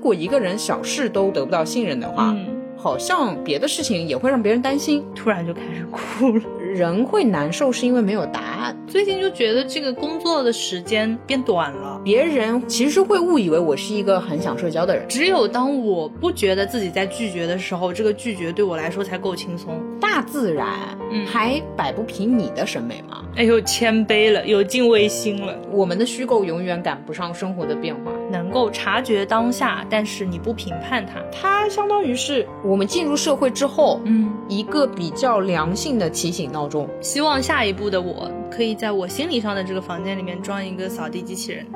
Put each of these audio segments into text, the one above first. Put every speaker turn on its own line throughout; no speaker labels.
果一个人小事都得不到信任的话，
嗯，
好像别的事情也会让别人担心。
突然就开始哭了。
人会难受是因为没有答案，
最近就觉得这个工作的时间变短了。
别人其实会误以为我是一个很想社交的人。
只有当我不觉得自己在拒绝的时候，这个拒绝对我来说才够轻松。
大自然
嗯
还摆不平你的审美吗？
哎呦，谦卑了，有敬畏心了，
我们的虚构永远赶不上生活的变化。
能够察觉当下，但是你不评判它。
它相当于是我们进入社会之后，
嗯，
一个比较良性的提醒闹钟。
希望下一步的我可以在我心理上的这个房间里面装一个扫地机器人。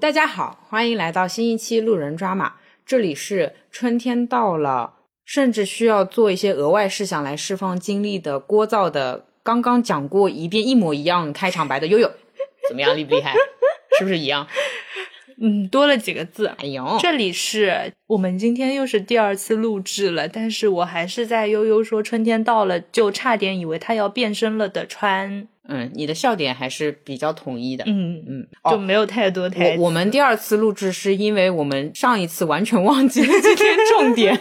大家好，欢迎来到新一期路人抓马，这里是春天到了，甚至需要做一些额外事项来释放精力的聒噪的。刚刚讲过一遍一模一样开场白的悠悠，怎么样，厉不厉害？ 是不是一样？
嗯，多了几个字。
哎呦，
这里是我们今天又是第二次录制了，但是我还是在悠悠说春天到了，就差点以为它要变身了的川，
嗯，你的笑点还是比较统一的。
嗯，
嗯，
就
哦，
没有太多台词。
我我们第二次录制是因为我们上一次完全忘记了今天重 点。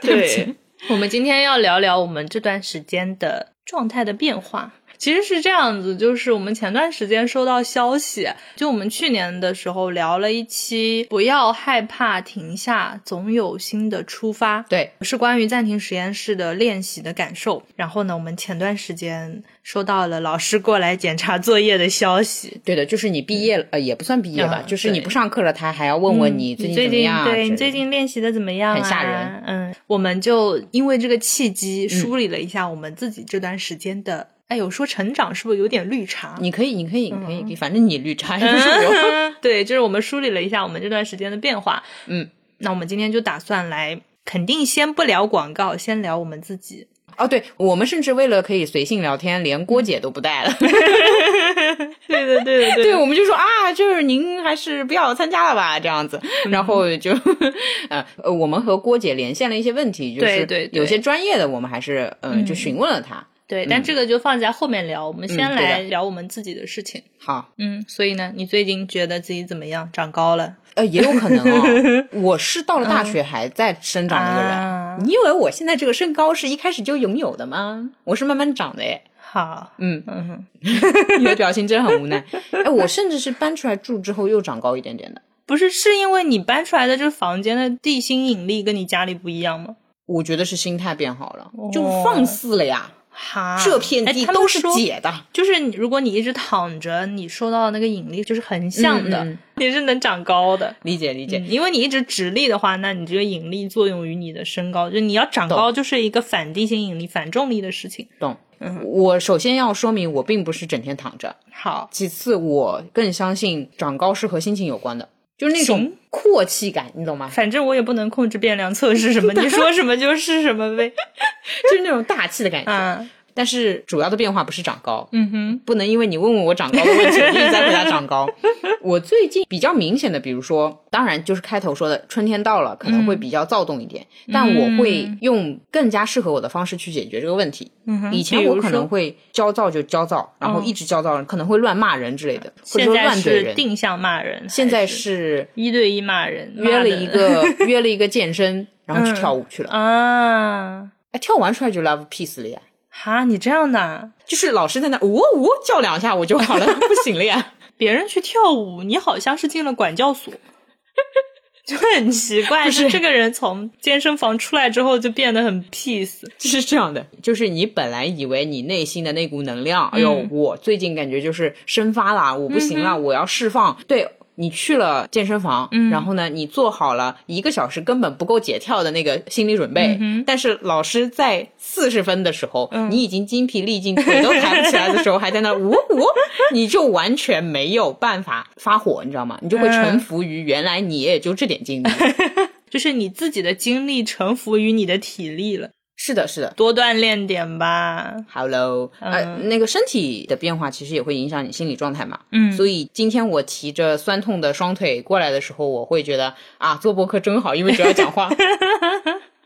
对不起
对，我们今天要聊聊我们这段时间的状态的变化。其实是这样子，就是我们前段时间收到消息，就我们去年的时候聊了一期“不要害怕停下，总有新的出发”，
对，
是关于暂停实验室的练习的感受。然后呢，我们前段时间收到了老师过来检查作业的消息，
对的，就是你毕业了，呃，也不算毕业吧，
啊
就是你
对
不上课了，他还要问问
嗯
你最近
你最
怎么
近
样啊之类的、
对你最近练习的怎么样、啊？
很吓人。嗯
嗯，我们就因为这个契机梳理了一下我们自己这段时间的。哎呦，说成长是不是有点绿茶？
你可以，你可以，你可以，反正你绿茶也不是 我。
对，就是我们梳理了一下我们这段时间的变化。
嗯，
那我们今天就打算来，肯定先不聊广告，先聊我们自己。
哦，对，我们甚至为了可以随性聊天，连郭姐都不带了。
对对对对
对，我们就说啊，就是您还是不要参加了吧，这样子。然后就， 呃，呃我们和郭姐连线了一些问题，就
对
是
对对
有些专业的，我们还是嗯，就
嗯
询问了她。
对，但这个就放在后面聊，我们先
嗯嗯对的
来聊我们自己的事情。
好，
嗯，所以呢，你最近觉得自己怎么样？长高了？
呃，也有可能哦。 嗯我是到了大学还在生长的一个人。
啊
你以为我现在这个身高是一开始就拥有的吗？我是慢慢长的哎。
好，
嗯，
嗯哼。
你的表情真的很无奈。哎，我甚至是搬出来住之后又长高一点点的。
不是，是因为你搬出来的这个房间的地心引力跟你家里不一样吗？
我觉得是心态变好了，
哦
就放肆了呀！
哈，
这片
哎
地
他们
都是
说
姐的。
就是你如果你一直躺着，你受到的那个引力就是横向的，
嗯嗯
你是能长高的。
理解理解，
嗯因为你一直直立的话，那你这个引力作用于你的身高，就你要长高就是一个反地心引力、反重力的事情。
懂。
嗯
我首先要说明，我并不是整天躺着。
好，
其次，我更相信长高是和心情有关的，就是那种
行
阔气感，你懂吗？
反正我也不能控制变量测试 什么，你说什么就是什么呗。
就是那种大气的感觉。
啊，
但是主要的变化不是长高，
嗯哼，
不能因为你问问我长高的问题，我一直在回答长高。 我最近比较明显的，比如说，当然就是开头说的，春天到了可能会比较躁动一点，
嗯
但我会用更加适合我的方式去解决这个问题。
嗯哼。
以前
比如
我可
说
能会焦躁就焦躁，然后一直焦躁，可能会乱骂人之类的，或者
哦现
说
在
乱怼
是
人。
定向骂人，
现在
还是
是
一对一骂人，嗯
约
骂
了
的
一个约了一个健身，然后去跳舞去了。
啊，
哎，跳完出来就 love peace 了呀。
哈，你这样的啊，
就是老师在那哦哦叫两下我就好了，不行了 呀。
别人去跳舞，你好像是进了管教所， 就很奇怪。
是
就这个人从健身房出来之后就变得很 peace，
就是这样的，就是你本来以为你内心的那股能量，哎呦
嗯，
我最近感觉就是生发啦，我不行了，我要释放。对你去了健身房，然后呢，你做好了一个小时根本不够解跳的那个心理准备，但是老师在四十分的时候，你已经精疲力尽，腿都抬不起来的时候，还在那呜呜，你就完全没有办法发火，你知道吗？你就会臣服于原来 你也就这点精力。
就是你自己的精力臣服于你的体力了。
是的，是的。
多锻炼点吧。
好喽，呃，
嗯
那个身体的变化其实也会影响你心理状态嘛。
嗯
所以今天我提着酸痛的双腿过来的时候，我会觉得啊，做播客真好，因为只要讲 话。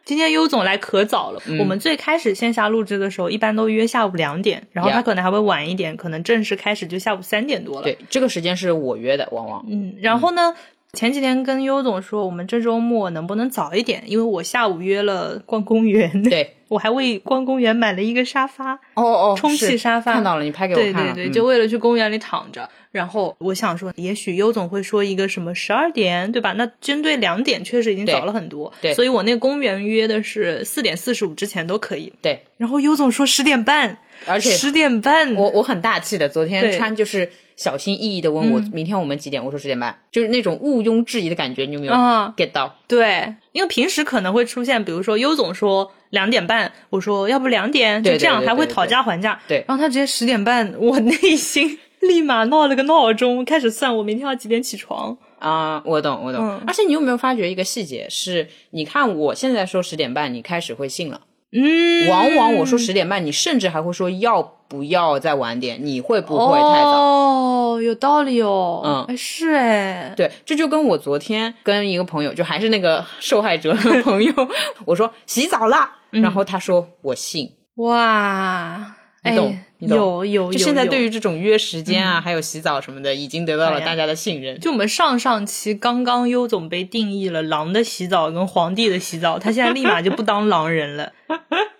今天优总来可早了，
嗯
我们最开始线下录制的时候，一般都约下午两点，然后
Yeah
他可能还会晚一点，可能正式开始就下午三点多了。
对，这个时间是我约的，往往。
嗯，然后呢，前几天跟优总说，我们这周末能不能早一点？因为我下午约了逛公园，
对，
我还为逛公园买了一个沙发，
哦哦，
充气
是
沙发
看到了，你拍给我
对
看
对
了。
对，
嗯
就为了去公园里躺着。然后我想说，也许优总会说一个什么十二点，对吧？那针对两点确实已经
对
早了很多，
对
所以我那个公园约的是四点四十五之前都可以。
对，
然后优总说十点半，
而且
十点半，
我我很大气的，昨天
对嗯
川就是小心翼翼的问我，明天我们几点？我说十点半，就是那种毋庸置疑的感觉，你有没有
啊
get 到？
对，因为平时可能会出现，比如说优总说两点半，我说要不两点，
对
就这样
对对
还会
对
讨价还价。
对
然后他直接十点半，我内心立马闹了个闹钟，开始算我明天要几点起床。
啊、我懂，我懂。
嗯
而且你有没有发觉一个细节？是你看我现在说十点半，你开始会信了。
嗯，
往往我说十点半，你甚至还会说要不要再晚点？你会不会太早？
哦，有道理哦。
嗯
哎，是哎，
对，这就跟我昨天跟一个朋友，就还是那个受害者的朋 友，我说洗澡啦，然后他说我信。
哇，哎
你懂，你懂
有有有，
就现在
有
对于这种约时间啊，还有洗澡什么的，已经得到
哎
了
呀
大家的信任。
就我们上上期刚刚优总被定义了狼的洗澡跟皇帝的洗澡，他现在立马就不当狼 人了，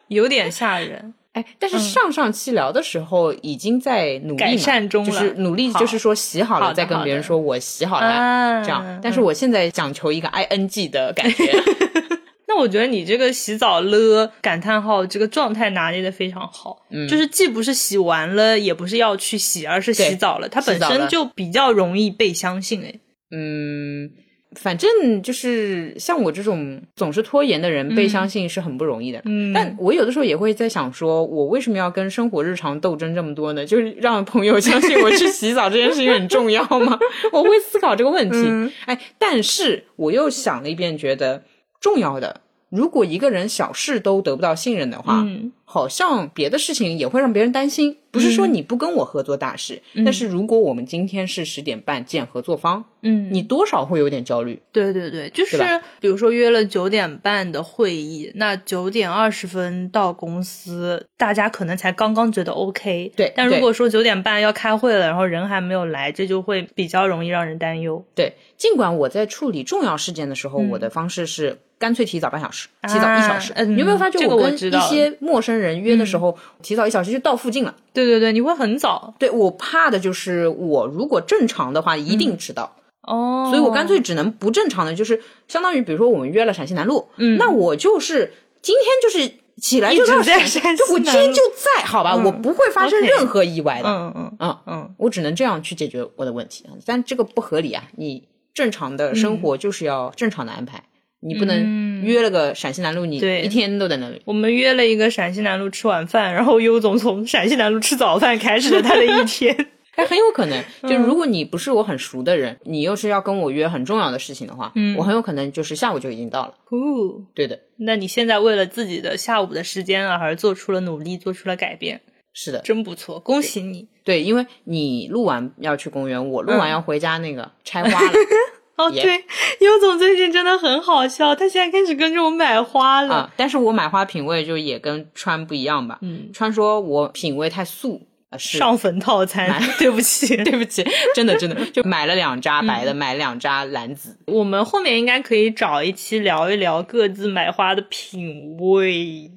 有点吓人。
哎，但是上上期聊的时候已经在努力嘛
嗯改善中了
就是努力，就是说洗好
好
了
的
再跟别人说我洗好了
啊嗯
这样。但是我现在讲求一个 I N G 的感觉，
那我觉得你这个洗澡了感叹号这个状态拿捏的非常好，
嗯
就是既不是洗完了，也不是要去洗，而是洗澡了，它本
洗澡
身
了
就比较容易被相信哎。
嗯。反正就是像我这种总是拖延的
嗯
人，被相信是很不容易的。嗯，但我有的时候也会在想说，我为什么要跟生活日常斗争这么多呢？就是让朋友相信我去洗澡这件事情很重要 吗？我会思考这个问题。哎，但是我又想了一遍，觉得重要的，如果一个人小事都得不到信任的话，
嗯
好像别的事情也会让别人担心。不是说你不跟我合作大事，但是如果我们今天是十点半见合作方，
嗯，
你多少会有点焦虑。
对对对，就是
对
比如说约了九点半的会议，那九点二十分到公司，大家可能才刚刚觉得 OK。
对
但如
对
果说九点半要开会了，然后人还没有来，这就会比较容易让人担忧。
对，尽管我在处理重要事件的时候，我的方式是干脆提早半小时，提早一小时。
嗯
你有没有发觉
这个我
跟
知
一
道嗯
些陌生人约的时候，提早一小时就到附近了？
对对对，你会很早
对我怕的就是，我如果正常的话，
嗯
一定迟到。
哦，
所以我干脆只能不正常的，就是相当于比如说我们约了陕西南路，嗯，那我就是今天就是起来就
一
到
直在
陕
陕西
就我今
南
天
路嗯
就在，好吧，我不会发生
OK
任何意外的，
嗯嗯
嗯
嗯
我只能这样去解决我的问题啊，但这个不合理啊，你正常的
嗯
生活就是要正常的安排，你不能约了个陕西南路，你
对
一天都在那里。
我们约了一个陕西南路吃晚饭，然后优总从陕西南路吃早饭开始的他的一天。
但很有可能，
嗯
就如果你不是我很熟的人，你又是要跟我约很重要的事情的话，嗯，我很有可能就是下午就已经到了。
哦，
对的，
那你现在为了自己的下午的时间而做出了努力，做出了改变，
是的，
真不错，恭喜你！
对，因为你录完要去公园，我录完要回家那个、拆花了
哦，
耶
对，优总最近真的很好笑，他现在开始跟着我买花了。
啊。但是我买花品味就也跟川不一样吧。嗯，川说我品味太素，啊、是
上坟套餐， 对不起，
对不起，真的真的就买了两扎白的，买两扎蓝紫。
我们后面应该可以找一期聊一聊各自买花的品 味。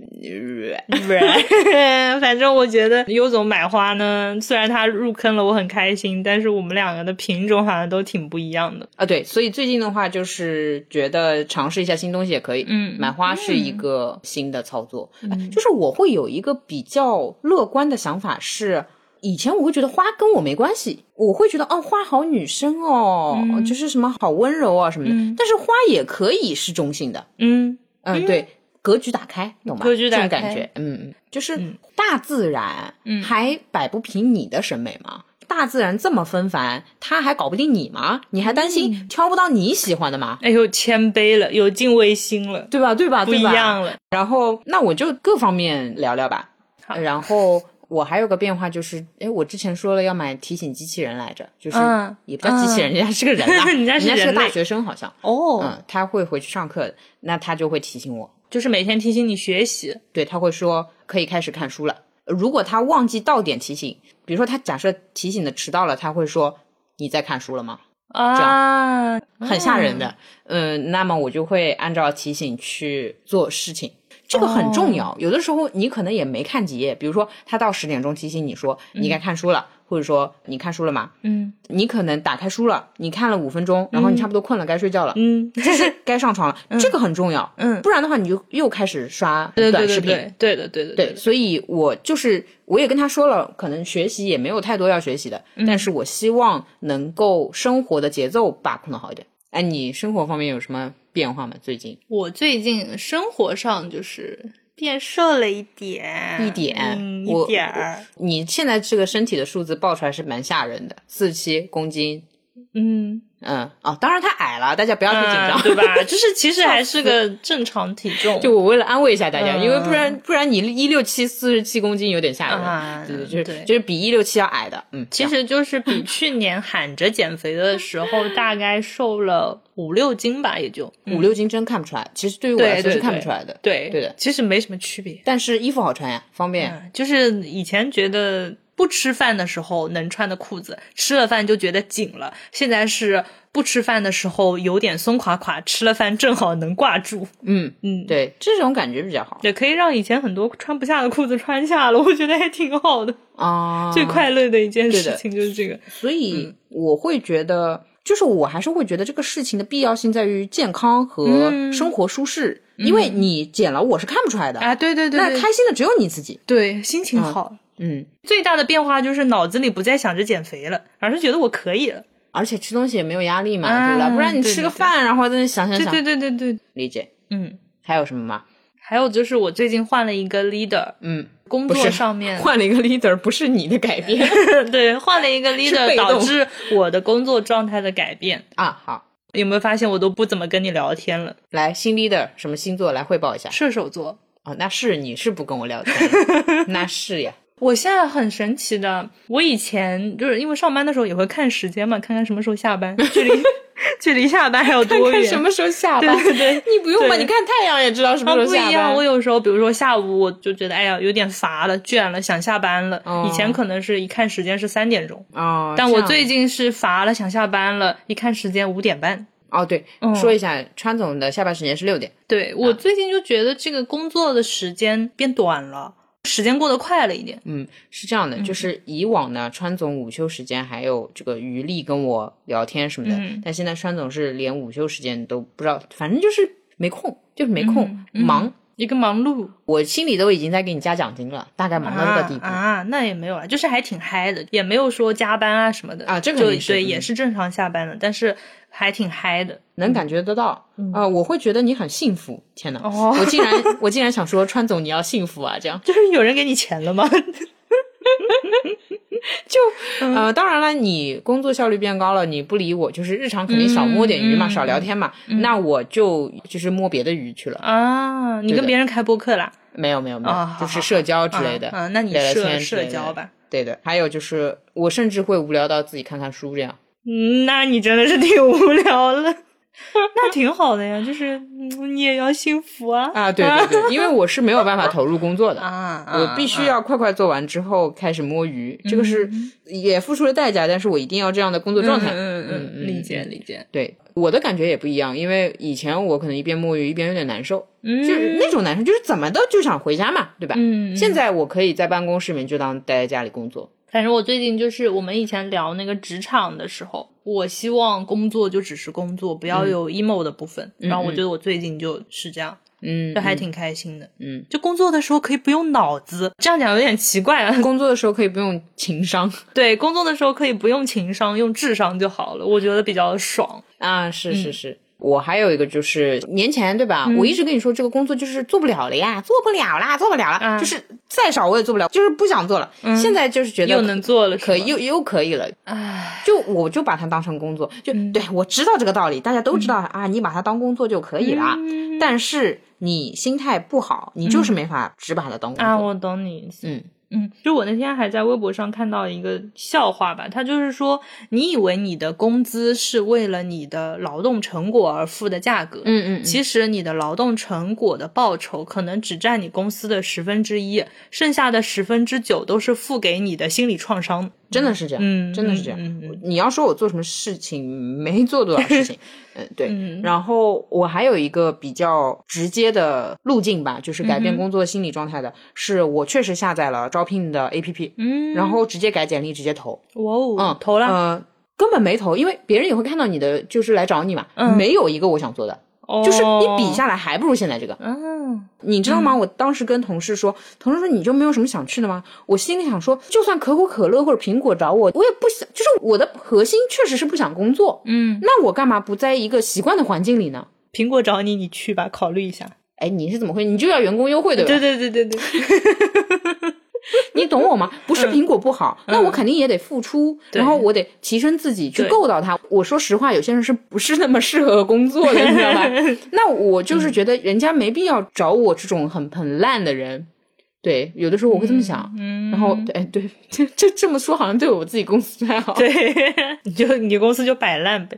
反正我觉得优总买花呢，虽然他入坑了，我很开心，但是我们两个的品种好像都挺不一样的。
啊，对，所以最近的话就是觉得尝试一下新东西也可以，
嗯
买花是一个新的操作，哎就是我会有一个比较乐观的想法是。以前我会觉得花跟我没关系，我会觉得哦，花好女生哦，
嗯
就是什么好温柔啊什么的。但是花也可以是中性的，
嗯，
嗯，对，格局打开，懂吗？
格局打开嗯
这种感觉，嗯，嗯就是大自然，嗯，还摆不平你的审美吗？大自然这么纷繁，他还搞不定你吗？你还担
嗯
心挑不到你喜欢的吗？
哎呦，谦卑了，有敬畏心了，
对吧？对吧？
不一
对吧
样了。
然后，那我就各方面聊聊吧。呃
好
然后我还有个变化就是，哎，我之前说了要买提醒机器人来着，就是
嗯
也不叫机器人，人家是个人啦，
人家是
人是个
人类
大学生好像，
哦，
嗯，他会回去上课，那他就会提醒我，
就是每天提醒你学习，
对他会说可以开始看书了。如果他忘记到点提醒，比如说他假设提醒的迟到了，他会说你在看书了吗？
啊，
很吓人的。嗯、那么我就会按照提醒去做事情。这个很重
哦
要，有的时候你可能也没看几页，比如说他到十点钟提醒你说你该看书了，或者说你看书了吗？
嗯
你可能打开书了，你看了五分钟，然后你差不多困了，该睡觉了，
嗯，
就是该上 床了，这个很重要。
嗯
不然的话你就又开始刷
对对
短
对
视频，
对对的对的
对，所以我就是我也跟他说了，可能学习也没有太多要学习的，
嗯
但是我希望能够生活的节奏把控的好一点。哎，你生活方面有什么变化吗？最近
我最近生活上就是变瘦了一点，
一点
嗯，
我
一点儿，
你现在这个身体的数字报出来是蛮吓人的，四十七公斤。
嗯，
嗯，哦，当然他矮了，大家不要太紧张。
啊对吧？就是其实还是个正常体重，
就我为了安慰一下大家，
嗯
因为不然不然你一六七四十七公斤有点吓人，
啊
对对，就是
对
就是比一六七要矮的，嗯，
其实就是比去年喊着减肥的时候，大概瘦了五六斤吧，也就
五六斤真看不出来，其实对于我来说
嗯对
是
对
看不出来的，
对
对的
其实没什么区别。
但是衣服好穿呀，方便。
嗯，就是以前觉得不吃饭的时候能穿的裤子，吃了饭就觉得紧了，现在是不吃饭的时候有点松垮垮，吃了饭正好能挂住。
嗯，
嗯，
对，这种感觉比较好
也可以让以前很多穿不下的裤子穿下了，我觉得还挺好的。
啊。
最，快乐的一件
对的
事情就是这个。
所以我会觉得，就是我还是会觉得这个事情的必要性在于健康和
嗯
生活舒适，因为你减了我是看不出来的，
啊，对对对
那
对，
开心的只有你自己。
对心情好。
嗯，
最大的变化就是脑子里不再想着减肥了，而是觉得我可以了。
而且吃东西也没有压力嘛，
啊
对吧？不然你
对
吃个饭，然后在那想想
对
想，
对对对对，
理解。
嗯。
还有什么吗？
还有就是我最近换了一个 leader，
嗯，
工
不
作
是
上面
换了一个 leader，不是你的改变
对换了一个
是
leader，
被动
导致我的工作状态的改变。
啊。好，
有没有发现我都不怎么跟你聊天了？
来新 leader 什么星座来汇报一下
射手座，
哦，那是你是不跟我聊天，那是呀。
我现在很神奇的，我以前就是因为上班的时候也会看时间嘛，看看什么时候下班，距 离距离下班还有多
看
远？
看什么时候下班。
对对
你不用吧？
对
你看太阳也知道什么
啊，
时候
不
下班。
一样。我有时候，比如说下午，我就觉得哎呀，有点乏了、倦了，想下班了。
哦
以前可能是一看时间是三点钟，
哦，
但我
这样
最近是乏了，想下班了，一看时间五点半。
哦对，
嗯
说一下，川总的下班时间是六点。
对我最近就觉得这个工作的时间变短了，时间过得快了一点。
嗯，是这样的，就是以往呢，川总午休时间还有这个余力跟我聊天什么的，
嗯
但现在川总是连午休时间都不知道，反正就是没空，就是没空，
嗯
忙。
一个忙碌
我心里都已经在给你加奖金了，大概忙到这个地步。
啊啊，那也没有啊，就是还挺嗨的，也没有说加班啊什么的
啊这个
就
肯定是
对，
嗯
也是正常下班的，但是还挺嗨 的。
能感觉得到啊、我会觉得你很幸福。天哪，
嗯哦
我竟然我竟然想说川总你要幸福啊，这样。
就是有人给你钱了吗？
呃，
嗯
当然了，你工作效率变高了，你不理我，就是日常肯定
嗯
少摸点鱼嘛，少聊天嘛。那我就就是摸别的鱼去了，
啊，你跟别人开播客啦？
没有没有没有，
啊好
就是
好
社交之类的。
啊，啊那你
聊聊
社
天之类
社
的
交吧。
对的，还有就是我甚至会无聊到自己看看书这样。
嗯，那你真的是挺无聊了。 那挺好的呀，就是嗯你也要幸福啊。
啊，对对对，因为我是没有办法投入工作的。
啊，
我必须要快快做完之后开始摸鱼，这个是也付出了代价，但是我一定要这样的工作状
状
态
态。。嗯嗯嗯，理解理解。
对我的感觉也不一样，因为以前我可能一边摸鱼一边有点难受，
嗯
就是那种男生，就是怎么的就想回家嘛，对吧？
嗯
现在我可以在办公室里面就当待在家里工作。
反正我最近就是我们以前聊那个职场的时候，我希望工作就只是工作，
嗯
不要有 emo 的部分。然后我觉得我最近就是这样，
嗯，
就还挺开心的。
嗯嗯
就工作的时候可以不用脑子，这样讲有点奇怪啊。
嗯工作的时候可以不用情商
对，工作的时候可以不用情商，用智商就好了，我觉得比较爽。
啊，是是是。我还有一个就是年前对
嗯
吧？我一直跟你说这个工作就是做不了了呀，做不了啦，做不了
啊
了，就是再少我也做不了，就是不想做了。现在就是觉得
嗯又能做了，
可以又又可以了，唉，就我就把它当成工作，就
嗯
对我知道这个道理，大家都知道啊，你把它当工作就可以了，
嗯
但是。你心态不好，你就是没法只把它当工作。
啊，我懂你意思。
嗯
嗯，就我那天还在微博上看到一个笑话吧，他就是说，你以为你的工资是为了你的劳动成果而付的价格，
嗯嗯
其实你的劳动成果的报酬可能只占你公司的十分之一，剩下的十分之九都是付给你的心理创伤。
真的是这样，
嗯
真的是这样。
嗯嗯嗯
你要说我做什么事情，没做多少事 情，嗯，对。然后我还有一个比较直接的路径吧，就是改
嗯
变工作心理状态的，是我确实下载了招聘的 APP，
嗯，
然后直接改简历，直接投。
哇哦，
嗯，
投了、
呃，根本没投，因为别人也会看到你的，就是来找你嘛。
嗯
没有一个我想做的，
哦，
就是你比，下来还不如现在这个。
嗯
你知道吗？我当时跟同事说，同事说你就没有什么想去的吗？我心里想说，就算可口可乐或者苹果找我，我也不想，就是我的核心确实是不想工作，
嗯，
那我干嘛不在一个习惯的环境里呢？
苹果找你，你去吧，考虑一下。
哎，你是怎么会？你就要员工优惠对吧？
对对对对对，
你懂我吗？不是苹果不好，那我肯定也得付出，
嗯对
然后我得提升自己去
对
够到它。我说实话，有些人是不是那么适合工作的，你知道 吧？那我
嗯
就是觉得人家没必要找我这种很很烂的人。对，有的时候我会这么想，
嗯，
然后，哎，对， 这这这么说好像对我自己公司不太好。，
对，你就你公司就摆烂呗。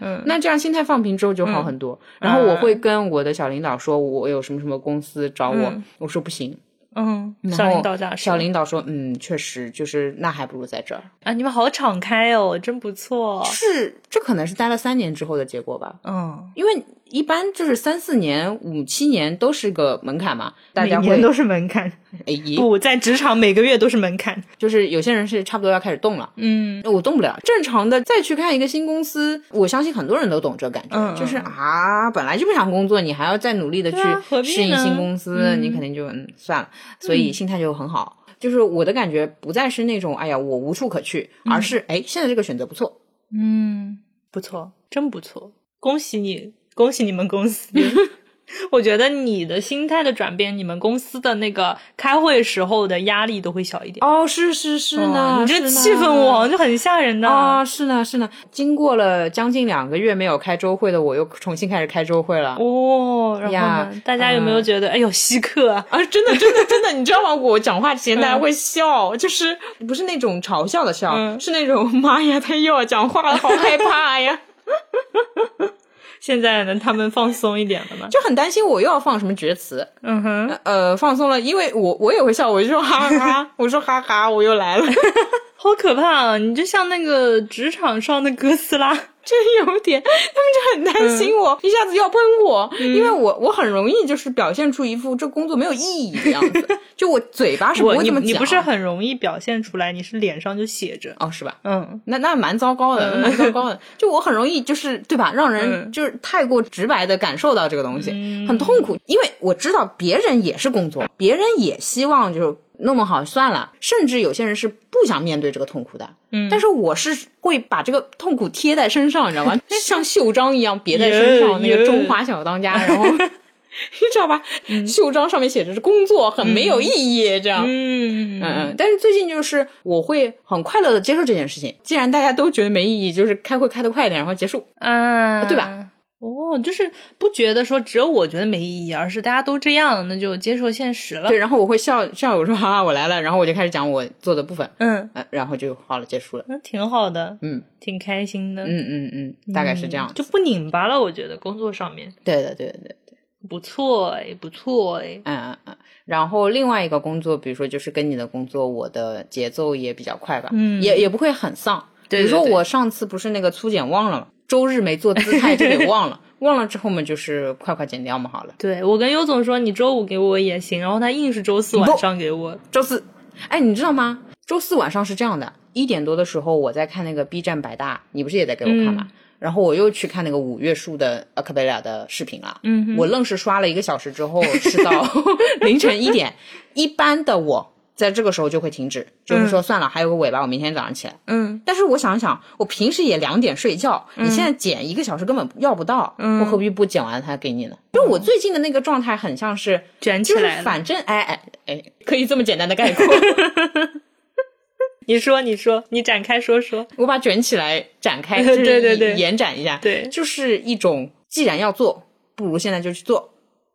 嗯，
那这样心态放平之后就好很多。然后我会跟我的小领导说，我有什么什么公司找我，
嗯
我说不行。
嗯，
然
小领
后
导咋说
小领导说，嗯，确实就是，那还不如在这儿。
啊，你们好敞开哦，真不错。
是，这可能是待了三年之后的结果吧，
嗯，
因为一般就是三四年、五七年都是个门槛嘛，大
每
家会
年都是门槛，
哎咦，
不在职场每个月都是门槛。
就是有些人是差不多要开始动了。
嗯
我动不了。正常的再去看一个新公司，我相信很多人都懂这感觉，
嗯嗯
就是啊，本来就不想工作，你还要再努力的去
对啊何必呢
适应新公司，
嗯
你肯定就嗯算了，所以心态就很好。就是我的感觉不再是那种哎呀我无处可去，而是哎现在这个选择不错，
嗯，不错，真不错，恭喜你，恭喜你们公 司。我觉得你的心态的转变，你们公司的那个开会时候的压力都会小一点。
哦是是是
哇
呢，
你
哦是
这
呢
气氛我好像就很吓人的。
啊是呢是呢，经过了将近两个月没有开周会的，我又重新开始开周会了。
哦，然
呀
后呢？大家有没有
嗯
觉得，哎呦，稀客啊？
啊，真的，真的，真的，你知道吗？我讲话之前大家会笑，就是不是那种嘲笑的笑，
嗯
是那种妈呀，他又要讲话了，好害怕 呀，
现在呢，他们放松一点了嘛？
就很担心我又要放什么厥词。
嗯哼，
呃，放松了，因为我我也会笑，我就说哈哈，我说哈哈，我又来了，
好可怕啊！你就像那个职场上的哥斯拉，
真有点， 他们就很担心我、
嗯
一下子要喷我，因为我我很容易就是表现出一副这工作没有意义的样子， 就我嘴巴是不
我
会
你
这么讲，啊
你不是很容易表现出来，你是脸上就写着，
哦是吧？
嗯，
那那蛮糟糕的，蛮糟糕的。就我很容易就是对吧，让人
嗯
就是太过直白的感受到这个东西，很痛苦。因为我知道别人也是工作，别人也希望就是弄弄好算了，甚至有些人是不想面对这个痛苦的。嗯，但是我是会把这个痛苦贴在身上，你知道吗？像袖章一样别在身上，
耶
那个
耶
中华小当家，然后 你知道吧？袖章上面写着是工作很没有意义，这样。
嗯
嗯，嗯，但是最近就是我会很快乐的接受这件事情。既然大家都觉得没意义，就是开会开得快一点，然后结束。
啊，
对吧？
哦，就是不觉得说只有我觉得没意义，而是大家都这样，那就接受现实了
对，。然后我会笑笑，我说哈、啊，我来了，然后我就开始讲我做的部分，
嗯，
呃，然后就好了，结束了。
那挺好的，
嗯，
挺开心的，
嗯嗯嗯，大概是这样。
就不拧巴了。我觉得工作上面
对的，对的，对的。
不错哎，不错哎，
嗯嗯嗯。然后另外一个工作，比如说就是跟你的工作，我的节奏也比较快吧，
嗯
也也不会很丧。
对
比如
对
说
对
我上次不是那个粗剪忘了吗？周日没做姿态就给忘 了，忘了之后嘛，就是快快剪掉嘛，好了。
对我跟优总说，你周五给我也行，然后他硬是周四
不
晚上给我。
周四，哎，你知道吗？周四晚上是这样的，一点多的时候我在看那个 B 站百大，你不是也在给我看吗？然后我又去看那个五月树的 a c a p e l a 的视频了， 嗯，我愣是刷了一个小时之后，是到凌晨一点。一般的我在这个时候就会停止，就是说算了，还有个尾巴，我明天早上起来。
嗯
但是我想一想，我平时也两点睡觉，你现在减一个小时根本要不到，我何必不减完它给你呢？就我最近的那个状态很像是，
卷起
就是
来了
反正哎哎哎，可以这么简单的概 括，
你说，你说，你展开说说。
我把卷起来展开，
对
就是
对对
延展一下，
对，
就是一种既然要做，不如现在就去做，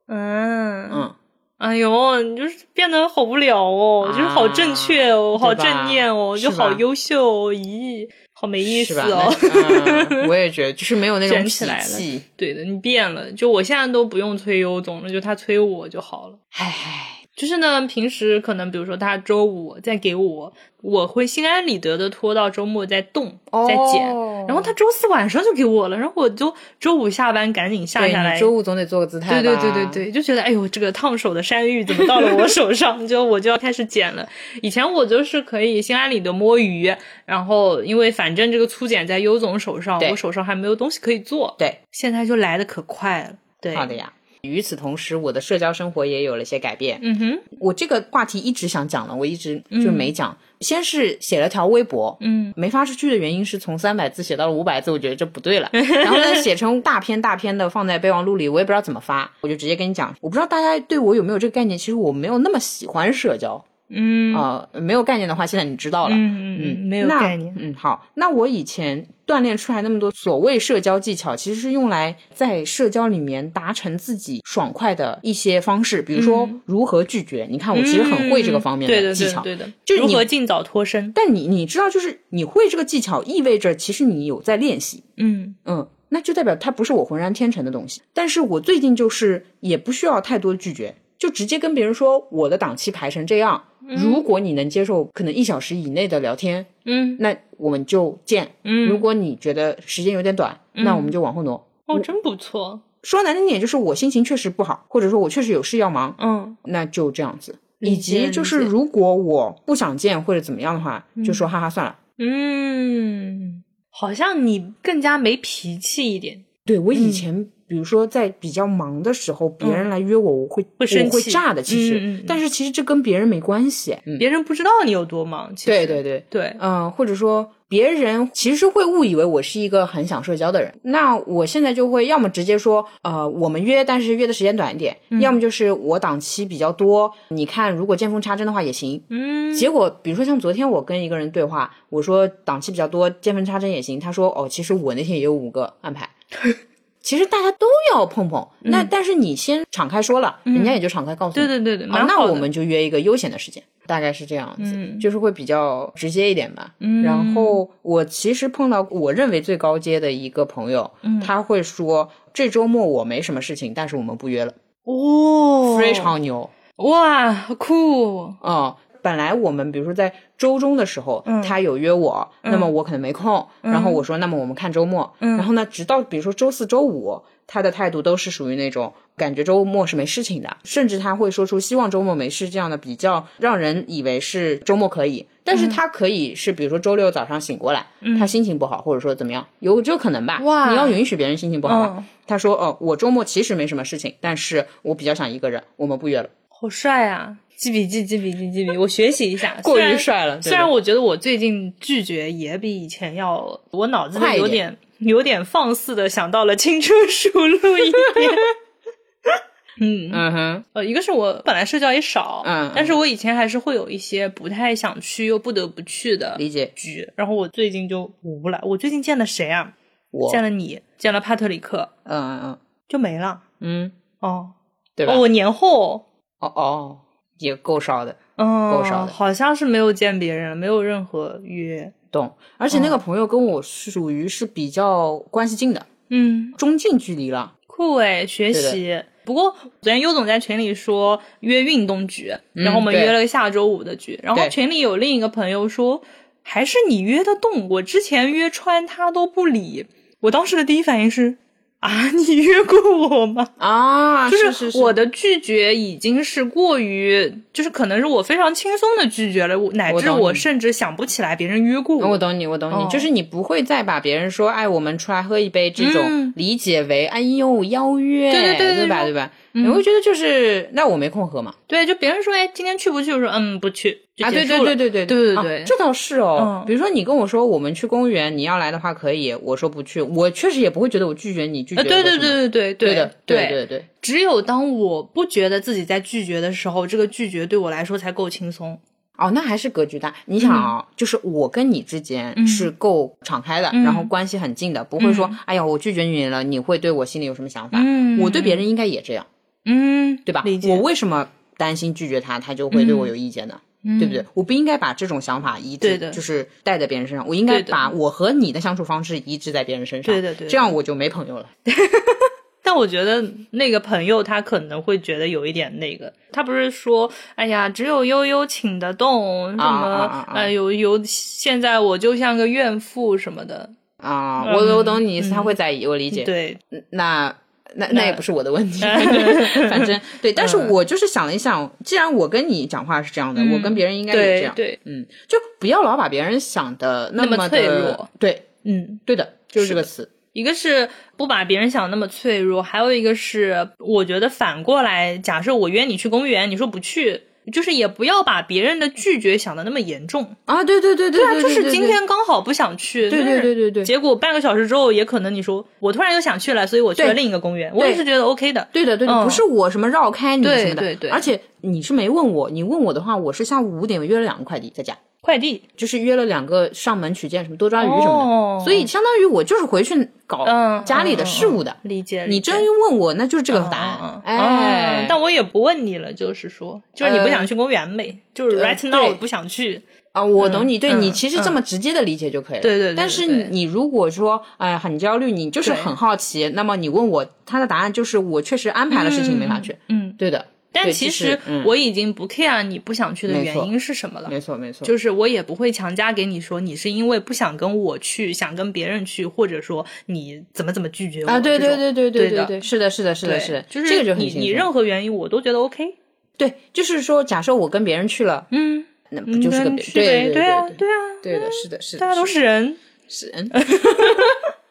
嗯
嗯，
哎呦，你就是变得好无聊哦，就是好正确哦，
啊
好
对吧
正念哦，
是
就好
吧
优秀哦，咦，好没意
是
思
吧？
哦。
那嗯我也觉得就是没有那种
卷
脾
起来了
气，
对的，你变了。就我现在都不用催优总了，就他催我就好了。
唉，
就是呢，平时可能比如说他周五再给我，我会心安理得的拖到周末再动、再减。
哦
然后他周四晚上就给我了，然后我就周五下班赶紧下
对
下来
你。周五总得做个姿态吧，
对对对对对，就觉得哎呦，这个烫手的山芋怎么到了我手上？ 就我就要开始剪了。以前我就是可以心安理得摸鱼，然后因为反正这个粗剪在优总手上，
对
我手上还没有东西可以做。
对，
现在就来的可快了。对，
好的呀。与此同时，我的社交生活也有了些改变。
嗯哼，
我这个话题一直想讲的，我一直就没讲。先是写了条微博，
嗯，
没发出去的原因是从三百字写到了五百字，我觉得这不对 了。然后呢，写成大篇大篇的放在备忘录里，我也不知道怎么发，我就直接跟你讲，我不知道大家对我有没有这个概念。其实我没有那么喜欢社交
嗯
啊、呃没有概念的话，现在你知道了。
嗯嗯，没有
那
概念。
嗯，好，那我以前锻炼出来那么多所谓社交技巧，其实是用来在社交里面达成自己爽快的一些方式，比如说如何拒绝。你看，我其实很会这个方面
嗯对
的
的
技巧。
对的，
就是
如
你
何尽早脱身。
但你你知道，就是你会这个技巧，意味着其实你有在练习，
嗯
嗯，那就代表它不是我浑然天成的东西。但是我最近就是也不需要太多拒绝，就直接跟别人说我的档期排成这样，如果你能接受可能一小时以内的聊天，
嗯
那我们就见。
嗯，
如果你觉得时间有点短，那我们就往后挪。
哦，真不错。
说难听点，就是我心情确实不好，或者说我确实有事要忙，
嗯
那就这样子。
理
以
解
及就是，
理解
如果我不想见或者怎么样的话，就说哈哈算了。
嗯，好像你更加没脾气一点。
对我
嗯
以前，比如说在比较忙的时候，别人来约我，我会
会生
我会
气
炸的。其实，
嗯嗯嗯
但是其实这跟别人没关系。嗯，
别人不知道你有多忙，其实
对对对，
对，
嗯、或者说别人其实会误以为我是一个很想社交的人。那我现在就会要么直接说，呃，我们约，但是约的时间短一点；
嗯
要么就是我档期比较多，你看如果见缝插针的话也行。
嗯
结果，比如说像昨天我跟一个人对话，我说档期比较多，见缝插针也行。他说哦，其实我那天也有五个安 排。其实大家都要碰碰，那但是你先敞开说了，人家也就敞开告诉你。
嗯对对对对，
啊
蛮，
那
好的
我们就约一个悠闲的时间，大概是这样子，
嗯
就是会比较直接一点吧。然后我其实碰到我认为最高阶的一个朋友，
嗯
他会说这周末我没什么事情，但是我们不约了，
哦，
非常牛
哇酷，
哦、本来我们比如说在周中的时候，
嗯
他有约我，那么我可能没空，然后我说那么我们看周末，
嗯
然后呢，直到比如说周四周五，他的态度都是属于那种感觉周末是没事情的，甚至他会说出希望周末没事这样的比较让人以为是周末可以，但
嗯
是他可以是比如说周六早上醒过来，他心情不好或者说怎么样，有这可能吧？
哇
你要允许别人心情不好吧？
嗯
他说哦，我周末其实没什么事情，但是我比较想一个人，我们不约了，
好帅啊！记笔记，记笔记，记 笔记，我学习一下。
过
虽
于
然
帅了，对
虽然
吧
我觉得我最近拒绝也比以前要，我脑子
快
里
一
有点有点放肆的想到了轻车熟路 一点。嗯，
嗯哼，
呃，一个是我本来社交也少，
嗯
但是我以前还是会有一些不太想去又不得不去的
理解
局，然后我最近就无了。我最近见了谁啊？
我，
见
嗯
了你，见了帕特里克，
嗯嗯
就没了。
嗯，
哦，
对吧？
哦，我年后，
哦哦，也够少的，
嗯，
够少的
好像是没有见别人，没有任何约。
懂。而且那
哦
个朋友跟我属于是比较关系近的，
嗯，
中近距离了。
酷诶，学
对的
习。不过昨天优总在群里说约运动局，然后我
嗯
们
对
约了个下周五的局，然后
对
群里有另一个朋友说，还是你约得动，我之前约川他都不理。我当时的第一反应是啊，你约过我吗？
啊，
就是我
我
的拒绝已经是过于，就是可能是我非常轻松的拒绝了，我乃
我
至
懂
我
你
甚至想不起来别人约过
嗯我
我。
懂你，我懂你，
哦
就是你不会再把别人说“哎，我们出来喝一杯”这种
嗯
理解为“哎呦邀约”，
对对对对
吧？
对嗯
对吧？你会觉得就是那我没空喝嘛。
对，就别人说哎，今天去不去？我说嗯，不去。就
啊，对
结束
对
了
对对对
对对
啊
对
这倒是哦。
嗯
比如说你跟我说我们去公园，你要来的话可以，我说不去，我确实也不会觉得我拒绝你拒绝
呃
我
对
什么。
对对对
对
对对
的，对对对。
只有当我不觉得自己在拒绝的时候，这个拒绝对我来说才够轻松。
哦，那还是格局大。你想
嗯
啊、就是我跟你之间是够敞开的，然
嗯
后关系很近的，不会说，哎呀，我拒绝你了，你会对我心里有什么想法？
嗯
我对别人应该也这样，
嗯，
对吧
理？解嗯
我为什么担心拒绝他，他就会对我有意见呢？对不对？我不应该把这种想法移
对
植，
的
就是带在别人身上。我应该
对的
把我和你的相处方式移植在别人身上，
对的对的
这样我就没朋友了。
但我觉得那个朋友他可能会觉得有一点那个，他不是说，哎呀，只有悠悠请得动什么，
啊啊啊
呃，有有，现在我就像个怨妇什么的，
啊、
嗯
我我懂你意思，他会在意，我理解。
对，
那那那也不是我的问题，
嗯
反正对。但是我就是想了一想，既然我跟你讲话是这样的，我跟别人应该也这
嗯对
样，
对，
嗯，就不要老把别人想的那
那
么
么脆
的
弱，
对
嗯，
对的，就是这个词。
一个是不把别人想那么脆弱，还有一个是我觉得反过来，假设我约你去公园，你说不去。就是也不要把别人的拒绝想的那么严重，
啊，对对对对
啊，
对，
就是
对
今，天刚好不想去，
对
但
对
是
对对对对，
结果半个小时之后，也可能你说我突然又想去了，所以我去了另一个公园，我也是觉得 OK 的。
对的对的，
嗯
不是我什么绕开你
对
什么的，
对对
而且你是没问我，你问我的话，我是下午五点约了两个快递在家。
快递，
就是约了两个上门取件，什么多抓鱼什么的，
哦
所以相当于我就是回去搞
嗯，
家里的事务的。
嗯嗯理解。
你
理解
真问我，那就是这个答案
嗯。嗯
哎
嗯，但我也不问你了，就是说，就是你不
呃
想去公园呗，就是 right now
对
我不想去。
啊，我懂你，对
嗯
你其实这么直接的理解就可以了。
对对对
但是你
对
你如果说，哎，很焦虑，你就是
对
很好奇，那么你问我，他的答案就是我确实安排了事情没法去。
嗯，
对的，
但
对
其
其实
实
嗯
我已经不 care 你不想去的
没
原
错
因是什么了。
没错没错。
就是我也不会强加给你说你是因为不想跟我去，想跟别人去，或者说你怎么怎么拒绝我
啊，对
这
对
种
对对对
对
对
的
对，是的，是的，是的，是的，
就
这个就是很啊
你
清
你
楚
任何原因我都觉得 OK。
对，就是说，假设我跟别人去了，
嗯，
那不
你
就是个
跟
别
去呗
对
对啊
对
对啊，
对的，是的，是的，
大家都
是
是人。
是嗯，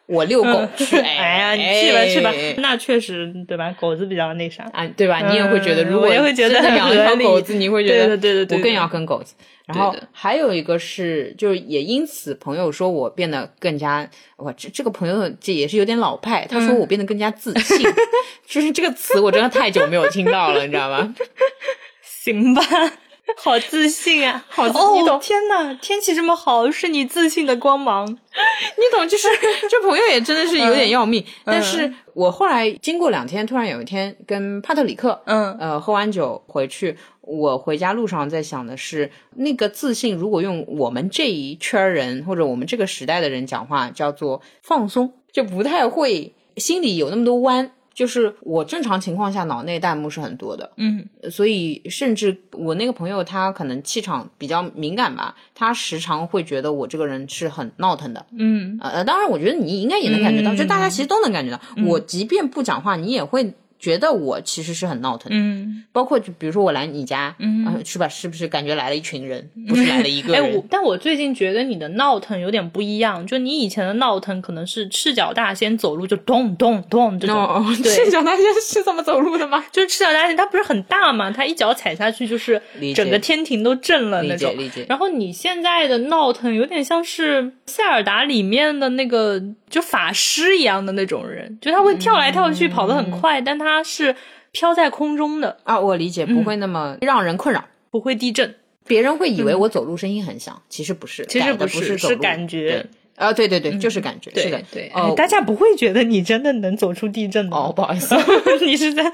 我遛狗去，
哎呀，你去吧去
哎
吧，那确实对吧？狗子比较那啥。
啊，对吧？你也会觉得，
嗯
如果
我也会觉得
真的养一条
很合理
狗子，你会觉得，
对的对的对的
我更要跟狗子。然后
对的
还有一个是，就是也因此，朋友说我变得更加，哇，这这个朋友这也是有点老派，他
嗯
说我变得更加自信， 就是这个词我真的太久没有听到了，你知道吗？
行吧， 好自信啊！
好自你
哦
懂，
天哪，天气这么好，是你自信的光芒。
你懂，就是这朋友也真的是有
嗯
点要命。但是我后来经过两天，突然有一天跟帕特里克，
嗯
呃，喝完酒回去，我回家路上在想的是，那个自信，如果用我们这一圈人或者我们这个时代的人讲话，叫做放松，就不太会心里有那么多弯。就是我正常情况下脑内弹幕是很多的，呃
嗯
所以甚至我那个朋友他可能气场比较敏感吧，他时常会觉得我这个人是很闹腾的，
嗯，
呃，呃当然，我觉得你应该也能感觉到，就大家其实都能感觉到。
嗯
我即便不讲话，你也会觉得我其实是很闹腾的。
嗯
包括就比如说我来你家，嗯、是吧？是不是感觉来了一群人，不是来了一个
哎，
人？
我但我最近觉得你的闹腾有点不一样，就你以前的闹腾可能是赤脚大仙走路就咚咚咚这种，
哦，
对
赤脚大仙是这么走路的吗？
就是赤脚大仙，它不是很大嘛，它一脚踩下去就是
理解
整个天庭都震了那
理解
种。
理解。
然后你现在的闹腾有点像是《塞尔达》里面的那个就法师一样的那种人，就他会跳来跳去，跑得
嗯
很快，但他是飘在空中的，
啊，我理解，不会那么让人困扰。
不会地震。
别人会以为我走路声音很响，嗯其实不是，
其实
改的
不
不
是
走
是
路
感觉。
对啊，对对对，就是感觉，
对
是感觉。
对，哎
哦
大家不会觉得你真的能走出地震的。
哦，，不好意 思，
你是在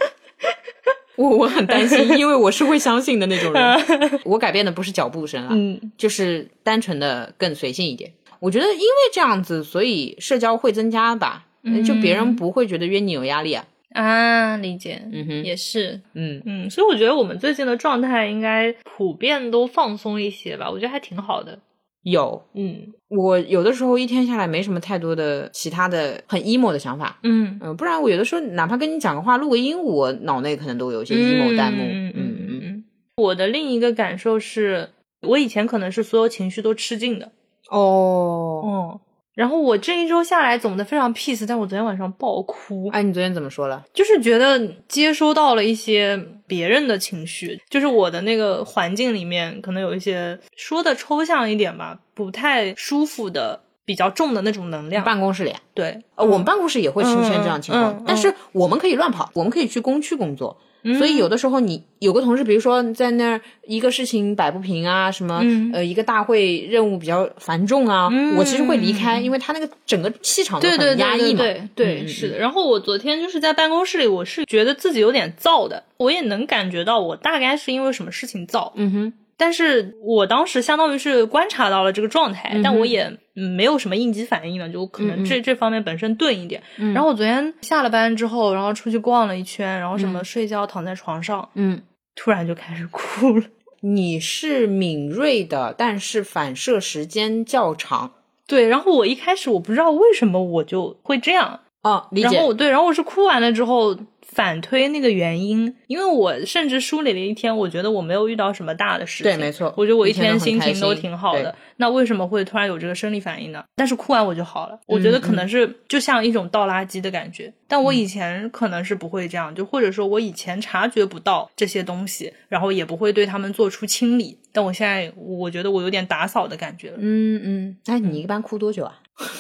我我很担心，因为我是会相信的那种人。嗯 我改变的不是脚步声啊，
嗯
就是单纯的更随性一点。我觉得因为这样子，所以社交会增加吧，嗯就别人不会觉得约你有压力啊。
啊，理解，嗯
哼
也是，
嗯，
嗯，所以我觉得我们最近的状态应该普遍都放松一些吧，我觉得还挺好的。
有
嗯
我有的时候一天下来没什么太多的其他的很 emo 的想法，
嗯，
嗯、不然我有的时候哪怕跟你讲个话，录个音，我脑内可能都有一些 emo 弹幕。
嗯嗯
嗯
嗯嗯。我的另一个感受是，我以前可能是所有情绪都吃尽的，
哦，
哦，然后我这一周下来总的非常 peace，但我昨天晚上爆哭，
哎，你昨天怎么说了？
就是觉得接收到了一些别人的情绪，就是我的那个环境里面可能有一些说的抽象一点吧，不太舒服的。比较重的那种能量，
办公室里，
对，
呃，我们办公室也会出现这样情况，
嗯嗯嗯嗯
但是我们可以乱跑，我们可以去工区工作。所以有的时候你有个同事，比如说在那儿一个事情摆不平啊，什么、
嗯
呃一个大会任务比较繁重啊，我其实会离开，因为他那个整个气场都
对对
很
对
压抑
对
嘛。
对对，是的。然后我昨天就是在办公室里，我是觉得自己有点燥的，我也能感觉到我大概是因为什么事情燥。
嗯哼，
但是我当时相当于是观察到了这个状态，但我也嗯没有什么应急反应了，就可能这、这方面本身钝一点。然后我昨天下了班之后，然后出去逛了一圈，然后什么睡觉躺在床上，
嗯，
突然就开始哭了。
你是敏锐的，但是反射时间较长。
对，然后我一开始我不知道为什么我就会这样，
哦，理
然后
解。
我对，然后我是哭完了之后反推那个原因，因为我甚至梳理了一天，我觉得我没有遇到什么大的事情，
对没错
我觉得我
一
一
天都很
心
开
情都
心
挺好
对
的，那为什么会突然有这个生理反应呢？但是哭完我就好
嗯
了，我觉得可能是就像一种倒垃圾的感觉，但我以前可能是不会这样，就或者说我以前察觉不到这些东西，然后也不会对他们做出清理，但我现在我觉得我有点打扫的感觉了，
嗯嗯，哎，你一般哭多久啊？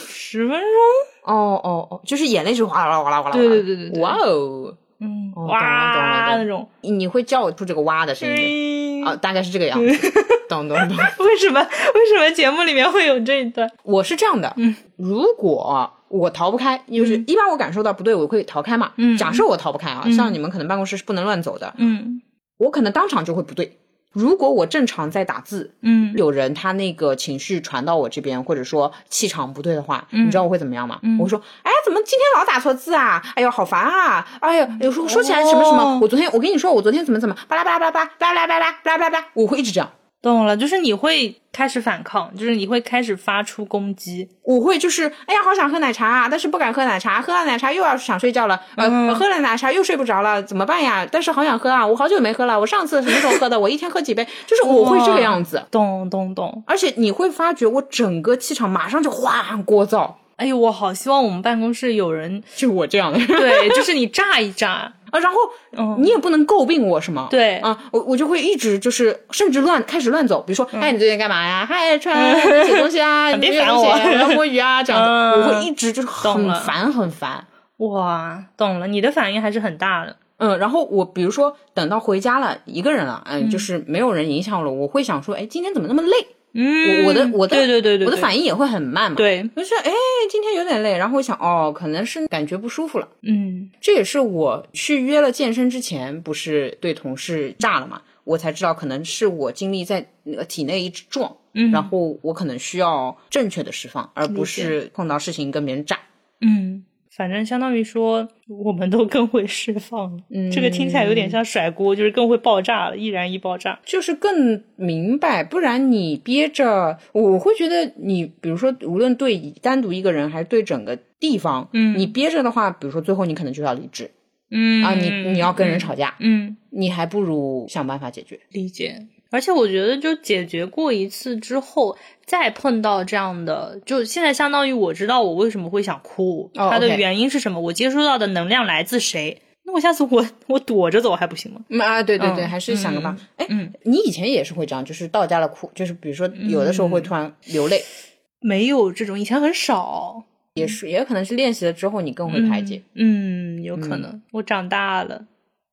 十分钟，
哦哦哦，就是眼泪是哗啦哗啦哗啦哗啦。
对对对对对
哇哦，
嗯，
哦懂了懂了
哇
懂了
那种。
你会叫出这个哇的声音
嗯
啊，大概是这个样 子。懂懂懂，
为什么为什么节目里面会有这一段？
我是这样的。嗯，如果我逃不开，就是一般我感受到不对，我会逃开嘛。
嗯
假设我逃不开啊，像你们可能办公室是不能乱走的，
嗯
我可能当场就会不对。如果我正常在打字，
嗯
有人他那个情绪传到我这边，或者说气场不对的话，你知道我会怎么样吗？我会说，哎，怎么今天老打错字啊？哎呦，好烦啊！哎呦，有时候说起来什么什么，
哦
我昨天我跟你说，我昨天怎么怎么，巴拉巴拉巴拉巴拉巴拉巴拉巴拉巴拉，我会一直这样，
懂了，就是你会开始反抗，就是你会开始发出攻击。
我会就是，哎呀，好想喝奶茶啊，但是不敢喝奶茶，喝了奶茶又要想睡觉了，呃，喝了奶茶又睡不着了，怎么办呀？但是好想喝啊，我好久没喝了，我上次什么时候喝的？我一天喝几杯，就是我会这个样子。
懂懂懂。
而且你会发觉，我整个气场马上就哗聒噪，
哎呦，我好希望我们办公室有 人，
就我这样的人
对，就是你炸一 炸。
啊。然后、你也不能诟病我什么，
嗯对
啊，我我就会一直就是甚至乱开始乱走，比如说，
嗯
哎，你最近干嘛呀？嗨，穿写东西啊，你
别
这个
烦
东西
我
我要摸鱼啊，这样子，
嗯
我会一直就是
懂
很
了
烦很烦。
哇，懂了，你的反应还是很大的。
嗯，然后我比如说等到回家了，一个人了，嗯，就是没有人影响了，我会想说，哎，今天怎么那么累？
嗯，
我我的我的
对对对对，
我的
对
反应也会很慢嘛。，
对，
就是哎，今天有点累，然后我想，哦，可能是感觉不舒服了。
嗯
这也是我去约了健身之前，不是对同事炸了嘛，我才知道可能是我精力在那个体内一直撞，
嗯
然后我可能需要正确的释放，而不是碰到事情跟别人炸。
嗯。反正相当于说，我们都更会释放了。嗯，这个听起来有点像甩锅，就是更会爆炸了，易燃易爆炸。
就是更明白，不然你憋着，我我会觉得你，比如说，无论对单独一个人还是对整个地方，
嗯
你憋着的话，比如说最后你可能就要离职、
嗯
啊，你你要跟人吵架，
嗯，
你还不如想办法解决。
理解。而且我觉得，就解决过一次之后，再碰到这样的，就现在相当于我知道我为什么会想哭，
哦
它的
OK
原因是什么，我接收到的能量来自谁。那我下次我我躲着走还不行吗？
嗯啊，对对对，
嗯
还是想个办法。哎、
嗯
你以前也是会这样，就是到家了哭，就是比如说有的时
嗯
候会突然流泪，
没有这种，以前很少。
也是也可能是练习了之后你更会排解。
嗯，有可能、我长大了，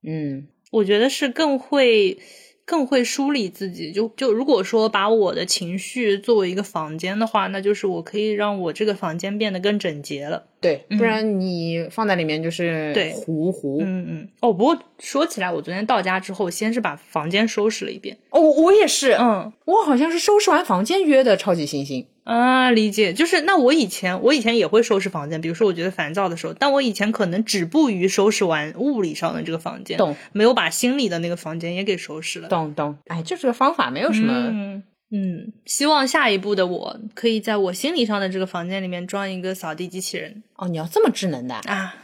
嗯
我觉得是更会更会梳理自己。就就如果说把我的情绪作为一个房间的话，那就是我可以让我这个房间变得更整洁了。
对，不然你放在里面就是
嗯对
糊糊。
嗯嗯，哦，不过说起来，我昨天到家之后，先是把房间收拾了一遍。
哦，我也是，
嗯
我好像是收拾完房间约的超级星星。
啊，理解。就是那我以前，我以前也会收拾房间，比如说我觉得烦躁的时候，但我以前可能止步于收拾完物理上的这个房间，
懂，
没有把心里的那个房间也给收拾了。
懂懂，哎，就这个方法没有什么，
嗯嗯，希望下一步的我可以在我心理上的这个房间里面装一个扫地机器人
哦，你要这么智能的啊，
啊。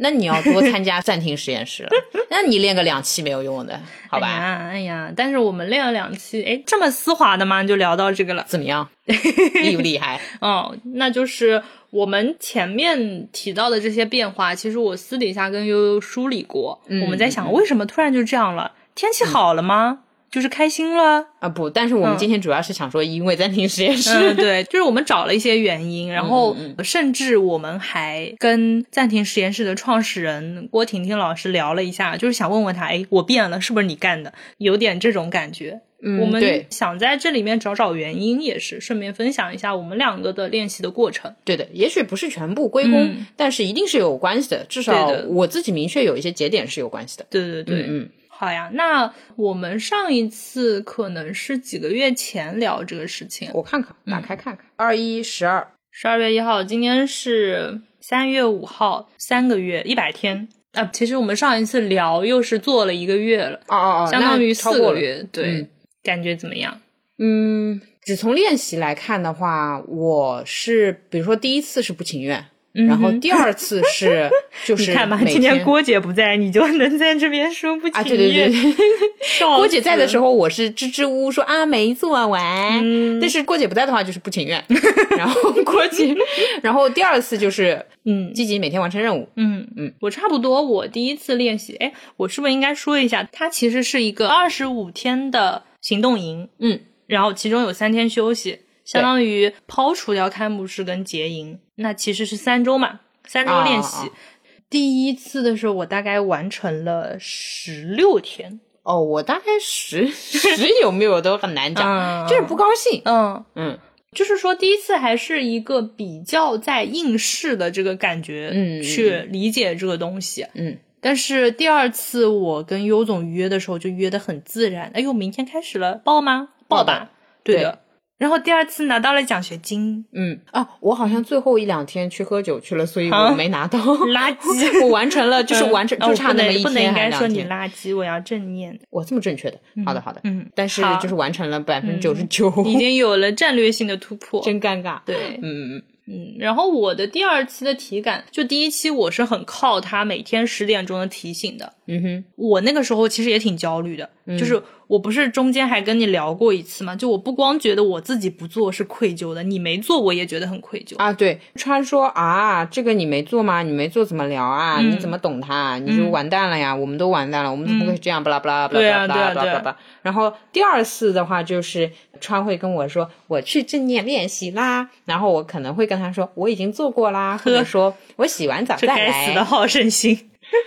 那你要多参加暂停实验室了。 那你练个两期没有用的，好吧？
哎呀，哎呀，但是我们练了两期，哎，这么丝滑的吗？就聊到这个了。
怎么 样？厉不厉害？
哦，那就是我们前面提到的这些变化，其实我私底下跟悠悠梳理过，
嗯
我们在想为什么突然就这样了？天气好了吗？就是开心了？
啊不，但是我们
嗯
今天主要是想说，因为暂停实验室，
嗯，对，就是我们找了一些原因，然
嗯
后甚至我们还跟暂停实验室的创始人郭婷婷老师聊了一下，就是想问问他，哎，我变了，是不是你干的？有点这种感觉。
嗯
我们
对
想在这里面找找原因，也是顺便分享一下我们两个的练习的过程。
对的，也许不是全部归功，
嗯
但是一定是有关系的。至少
对的
我自己明确有一些节点是有关系的。
对对对，
嗯
好呀，那我们上一次可能是几个月前聊这个事情
嗯，，我看看，打开看看，二一十二，
十二月一号，今天是三月五号，三个月一百天啊。其实我们上一次聊又是做了一个月了，
哦哦哦，
相当于
那超
四
过
个
了。
月，对，
嗯
感觉怎么样？
嗯，只从练习来看的话，我是比如说第一次是不情愿，然后
嗯哼
第二次 是就是
你看吧，
每
今天郭姐不在，你就能在这边说不情愿。
啊，对对对对，
笑
郭姐在的时
候，
候，我是支支吾吾说啊没做完，
嗯
但是郭姐不在的话就是不情愿。 然后郭姐，然后第二次就是
嗯
积极每天完成任务。
嗯
嗯
嗯，我差不多，我第一次练习，哎，我是不是应该说一下，它其实是一个二十五天的行动营，
嗯，
然后其中有三天休息，相当于抛除掉开幕式跟结营，那其实是三周嘛，三周练习。
啊啊啊
第一次的时候，我大概完成了十六天，
哦，我大概十十有没有都很难讲，
嗯
就是不高兴。
嗯，
啊嗯
就是说第一次还是一个比较在应试的这个感觉，
嗯
去理解这个东西。
嗯，
但是第二次我跟优总约的时候就约的很自然，哎呦，明天开始了，报吗？报
报
吧
吧，
对的。然后第二次拿到了奖学 金，
嗯啊，我好像最后一两天去喝酒去了，所以我
啊
没拿 到。
垃圾。
我 完成了，就是
嗯
完成，
哦
就差
不
那么
能
一
不能
天
应
还
该
是
说
两
你
天。
垃圾，我要正念。
我这么正确的，好的好的，
嗯，
但是
好嗯
就是完成了百分之九十九，
已经有了战略性的突破。
真尴尬。
对，
嗯嗯
嗯，然后我的第二期的体感，就第一期我是很靠它每天十点钟的提醒的，
嗯哼。
我那个时候其实也挺焦虑的，
嗯
就是我不是中间还跟你聊过一次嘛，就我不光觉得我自己不做是愧疚的，你没做我也觉得很愧疚。
啊，对，川说啊，这个你没做吗？你没做怎么聊啊？你怎么懂他啊？你就完蛋了呀！我们都完蛋了，我们怎么会这样？巴拉巴拉巴
对
拉
啊
巴拉
对
巴拉
啊对
巴
啊
拉。然后第二次的话，就是川会跟我说我去正念练习啦，然后我可能会跟他说我已经做过 啦，或者说我洗完澡
这
再
该死的
来。
好胜心。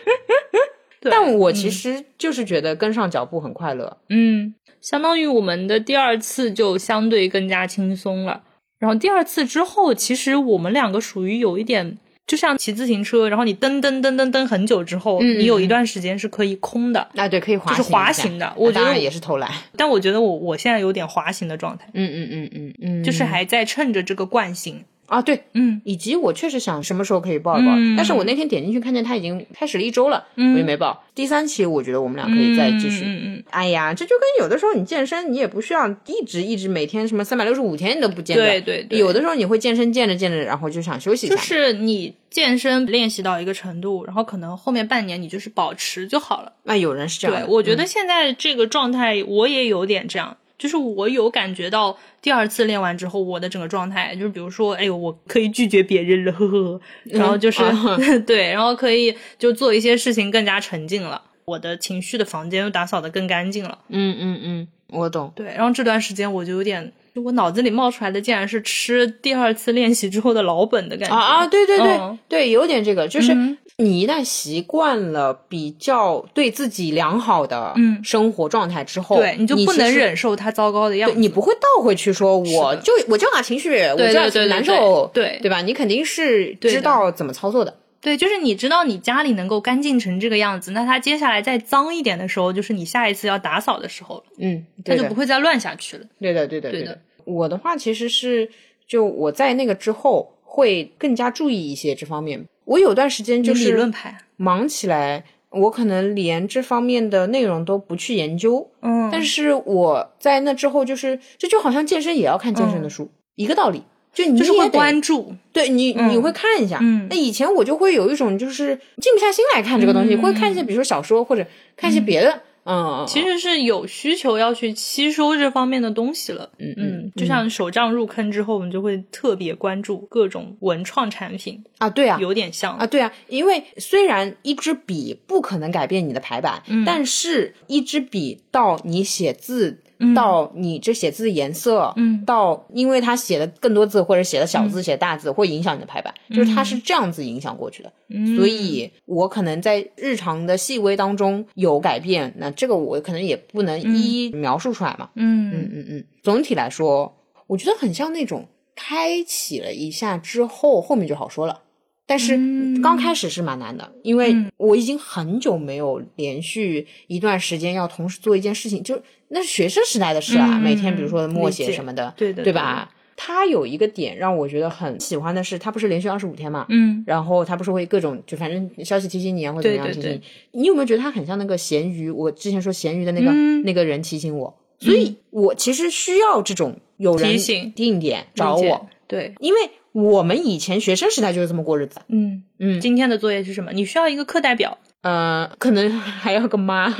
对
但我其实就是觉得跟上脚步很快乐。
嗯，相当于我们的第二次就相对更加轻松了。然后第二次之后，其实我们两个属于有一点，就像骑自行车，然后你蹬蹬蹬蹬蹬很久之后，
嗯嗯
你有一
嗯
段时间是可以空的，
啊，对，可以滑
就
行
是
一下，
滑行的。我觉
当
得
然
我，
也是偷懒。
但我觉得我我现在有点滑行的状态，
嗯嗯嗯嗯嗯，
就是还在趁着这个惯性。
啊，对，
嗯
以及我确实想什么时候可以报一报，
嗯
但是我那天点进去看见它已经开始了一周了，
嗯
我就没报。第三期我觉得我们俩可以再继续。
嗯嗯，
哎呀，这就跟有的时候你健身，你也不需要一直一直每天什么三百六十五天你都不健的。
对对对
有的时候你会健身健着健着，然后就想休息一下。
就是你健身练习到一个程度，然后可能后面半年你就是保持就好了。
那有人是这样
对
的，，
我觉
嗯
得现在这个状态我也有点这样。就是我有感觉到第二次练完之后，我的整个状态，就是比如说，哎呦，我可以拒绝别人了，呵呵，然后就是、
啊
对，然后可以就做一些事情更加沉静了，我的情绪的房间又打扫的更干净了。
嗯嗯嗯，我懂。
对，然后这段时间我就有点，就我脑子里冒出来的竟然是吃第二次练习之后的老本的感觉
啊啊，对对对、
嗯
对，有点这个，就是
嗯
你一旦习惯了比较对自己良好的
嗯
生活状态之后，
对，你就不
其
能
实
忍受他糟糕的样
对
子。
你不会倒回去说我
嗯是的
就我就要情绪，我就
对
要
对对对
难受，
对
对吧？你肯定是
对的
知道怎么操作的。
对，就是你知道你家里能够干净成这个样子，那它接下来再脏一点的时候，就是你下一次要打扫的时候了，
嗯，
它
对
就
的
不，会再乱下去了。
对的，对的，
对
的
的。
我的话其实是，就我在那个之后会更加注意一些这方面。我有段时间就
理论
是
派，啊
忙起来，我可能连这方面的内容都不去研究，
嗯，
但
是
是我在那之后，就是这就好像健身也要看健身的书，一个道理。就你
嗯就是
也
会
得哦
关注，
对你，
嗯
你会看一下。
嗯
那以前我就会有一种就是静不下心来看这个东西，
嗯
会看一些比如说小说或者看一些别的。嗯，
其实是有需求要去吸收这方面的东西了。嗯
嗯
就像手账入坑之后，我们就会特别关注各种文创产品，
啊，对啊。
有点像
啊，对啊，因为虽然一支笔不可能改变你的排版，但是一支笔到你写字，到你这写字的颜色，
嗯
到因为它写的更多字或者写的小字、写大字，会影响你的排版，就是它是这样子影响过去的。所以我可能在日常的细微当中有改变，那这个我可能也不能一一描述出来嘛。
嗯
嗯嗯嗯，总体来说，我觉得很像那种开启了一下之后，后面就好说了。但是
嗯
刚开始是蛮难的，因为我已经很久没有连续一段时间要同时做一件事情，就那是学生时代的事啊，
嗯
每天比如说默
理
写
解
什么的，
对的
对吧？他有一个点让我觉得很喜欢的是，他不是连续二十五天嘛，
嗯，
然后他不是会各种就反正消息提醒你啊，或者怎
对
么样
对
提醒
对
你。你有没有觉得他很像那个咸鱼？我之前说咸鱼的那个、
嗯
那个人提醒我，所以我其实需要这种有人
提醒
定点找
理解
我，，
对，
因为我们以前学生时代就是这么过日子。
嗯
嗯
今天的作业是什么？你需要一个课代表，
呃，可能还要个妈。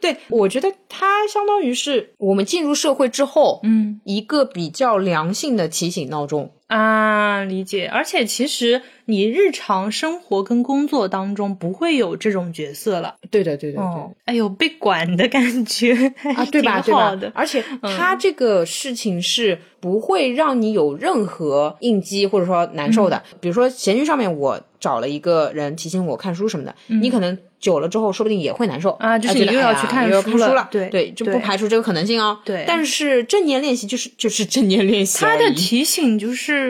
对，我觉得它相当于是我们进入社会之后，
嗯
一个比较良性的提醒闹钟。
啊，理解。而且其实你日常生活跟工作当中不会有这种角色了，
对的，对的，对的
哦，哎呦，被管的感觉
啊，对吧？
挺
对
好
吧
的？，嗯
而且它这个事情是不会让你有任何应激或者说难受
嗯
的。比如说闲鱼上面，我找了一个人提醒我看书什么的，你可能久了之后，说不定也会难受
嗯啊就是
觉得
你又
哎
要
呀
去看
又要
书
看
了
了，
对
对，就
对
不排除这个可能性哦。
对
但是正念练习就是就是正念练习而
他
已，
的提醒就是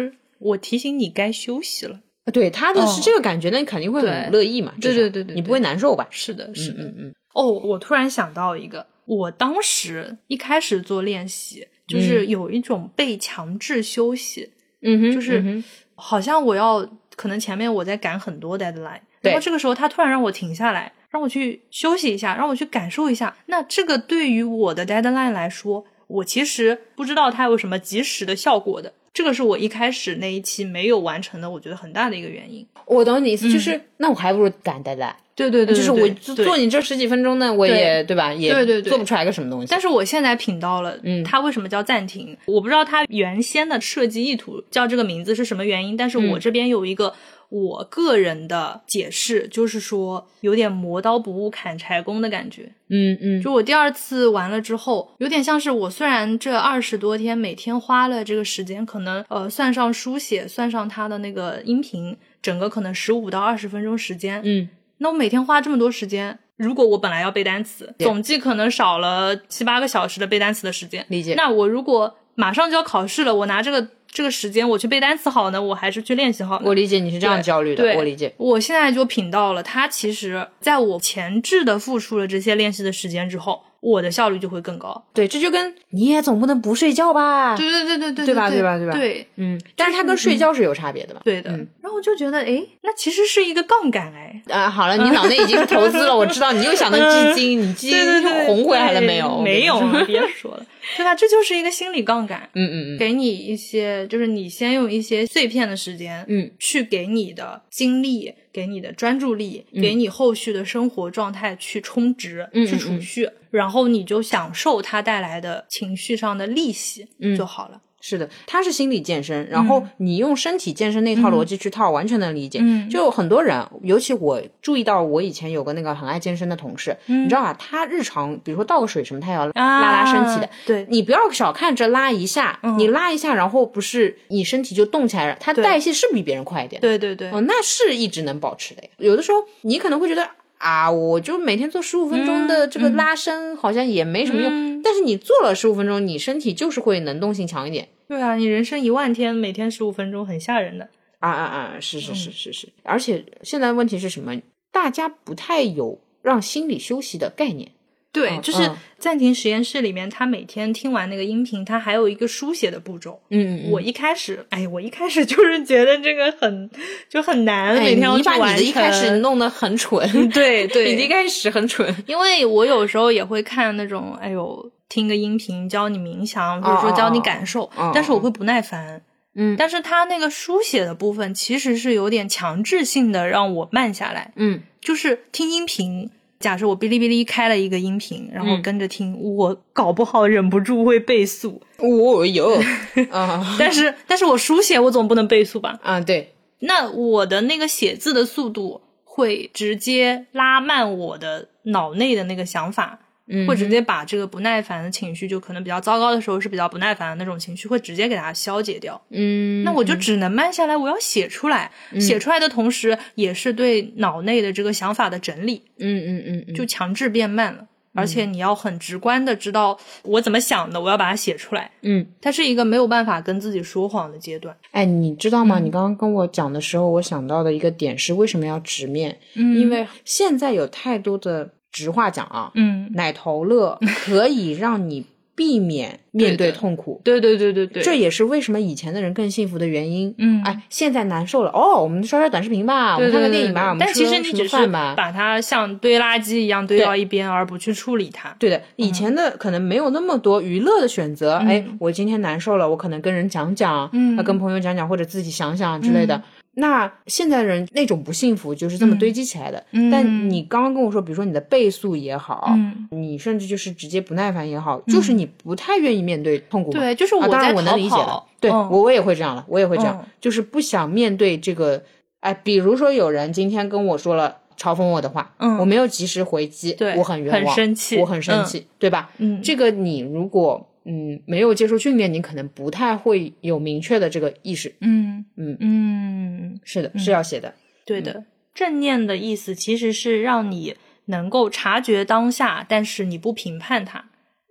我提醒你该休息了。
对他的
哦
是这个感觉，那你肯定会
对
很乐意嘛，至
对
少
对对对
你不
对
会难受吧？
是的，是的。
嗯嗯，
哦，我突然想到一个，我当时一开始做练习，就是有一种被强制休息，
嗯哼，
就是
嗯哼
好像我要可能前面我在赶很多 deadline，然
对
后这个时候他突然让我停下来，让我去休息一下，让我去感受一下。那这个对于我的 deadline 来说，我其实不知道它有什么及时的效果的。这个是我一开始那一期没有完成的，我觉得很大的一个原因。
我懂你意思，
嗯
就是那我还不如赶呆呆。
对对对
就是我就做你这十几分钟呢，我
对
也对吧，也
对对对
做不出来个什么东西。
但是我现在品到了，
嗯
它为什么叫暂停？我不知道它原先的设计意图叫这个名字是什么原因，但是
嗯
我这边有一个我个人的解释，就是说有点磨刀不误砍柴工的感觉。
嗯嗯，
就我第二次完了之后，有点像是我虽然这二十多天每天花了这个时间，可能呃算上书写，算上它的那个音频，整个可能十五到二十分钟时间，
嗯，
那我每天花这么多时间，如果我本来要背单词，
对
总计可能少了七八个小时的背单词的时间。
理解
那我如果马上就要考试了，我拿这个这个时间我去背单词好呢，我还是去练习好呢？
我理解你是这样焦虑
对
的，我理解。
我现在就品到了，它其实在我前置的付出了这些练习的时间之后，我的效率就会更高。
对，这就跟你也总不能不睡觉吧？
对对对对对，
啊对吧
对
对吧对吧
对
嗯，但是它跟睡觉是有差别的吧？
对的。然后我就觉得，哎，那其实是一个杠杆哎。
啊，好了，你脑内已经投资了，我知道你又想到基金，你基
对对
金
对，
红回来了
对
没有？ 啊
没有啊
我跟你说，
别说 了，对吧？这就是一个心理杠杆。
嗯嗯嗯
给你一些，就是你先用一些碎片的时间，
嗯，
去给你的精力、给你的专注力、给你后续的生活状态去充值、
嗯
去储蓄，然后你就享受它带来的情绪上的利息
嗯
就好了。
是的，它是心理健身，然后你用身体健身那套逻辑去套，完全能理解。
嗯
就有很多人，尤其我注意到，我以前有个那个很爱健身的同事，你知道吧？他日常比如说倒个水什么，他也要拉拉伸体的。
啊对，
你不要小看这拉一下，
嗯
你拉一下，然后不是你身体就动起来了，它代谢是比别人快一点的。
对对对，
哦，那是一直能保持的呀。有的时候你可能会觉得啊，我就每天做十五分钟
嗯
的这个拉伸，好像也没什么用。但是你做了十五分钟，你身体就是会能动性强一点。
对啊，你人生一万天，每天十五分钟，很吓人的。
啊啊啊！是
嗯
是是是是，而且现在问题是什么？大家不太有让心理休息的概念。
对，
嗯
就是
嗯
暂停实验室里面，他每天听完那个音频，他还有一个书写的步骤。
嗯
我一开始，哎，我一开始就是觉得这个很就很难，每
哎，
天要
你
去
把你
完
的一开始
成。
弄得很蠢，
对对，
你的一开始很蠢。
因为我有时候也会看那种，哎呦，听个音频教你冥想，或者说教你感受，
哦
但是我会不耐烦。
嗯
但是他那个书写的部分其实是有点强制性的让我慢下来，
嗯
就是听音频。假设我哔哩哔哩开了一个音频，然后
嗯
跟着听，我搞不好忍不住会倍速。
我 有，哦啊
但是，但是我书写我总不能倍速吧？
啊，对，
那我的那个写字的速度会直接拉慢我的脑内的那个想法，
嗯
会直接把这个不耐烦的情绪，就可能比较糟糕的时候是比较不耐烦的那种情绪，会直接给它消解掉。
嗯，
那我就只能慢下来，我要写出来，写出来的同时也是对脑内的这个想法的整理，
嗯嗯嗯嗯，
就强制变慢了。而且你要很直观的知道我怎么想的，我要把它写出来。
嗯，
它是一个没有办法跟自己说谎的阶段。
哎，你知道吗？
嗯
你刚刚跟我讲的时候，我想到的一个点是为什么要直面？
嗯
因为现在有太多的直话讲啊，
嗯，
奶头 乐可以让你避免面对
对的
痛苦。
对对对对对，
这也是为什么以前的人更幸福的原因。
嗯
哎，现在难受了哦，我们刷刷短视频吧，
对
我们看
对
看电
对
影吧，
对
我们
但其
吃
实
个
你
什
只
么
是
饭吧。
把它像堆垃圾一样堆
对
到一边，而不去处理它。
对的，
嗯
以前的可能没有那么多娱乐的选择。哎，我今天难受了，我可能跟人讲讲，
嗯
啊跟朋友讲讲，或者自己想想之类的。那现在人那种不幸福就是这么堆积起来的。
嗯
但你刚刚跟我说，比如说你的倍速也好，
嗯
你甚至就是直接不耐烦也好，就是你不太愿意面对痛苦嘛。
对，就是
啊，
我
当
在
然我
逃
能理解的
跑。。
对，
嗯
我我也会这样的，我也会这样，
嗯
就是不想面对这个。哎，比如说有人今天跟我说了嘲讽我的话，
嗯
我没有及时回击，
对
我很冤枉，
很生气
我很生气，对吧？
嗯
这个你如果嗯没有接受训练，你可能不太会有明确的这个意识。
嗯
嗯
嗯，
是的，是要写的。
对的。嗯正念的意思其实是让你能够察觉当下，但是你不评判它。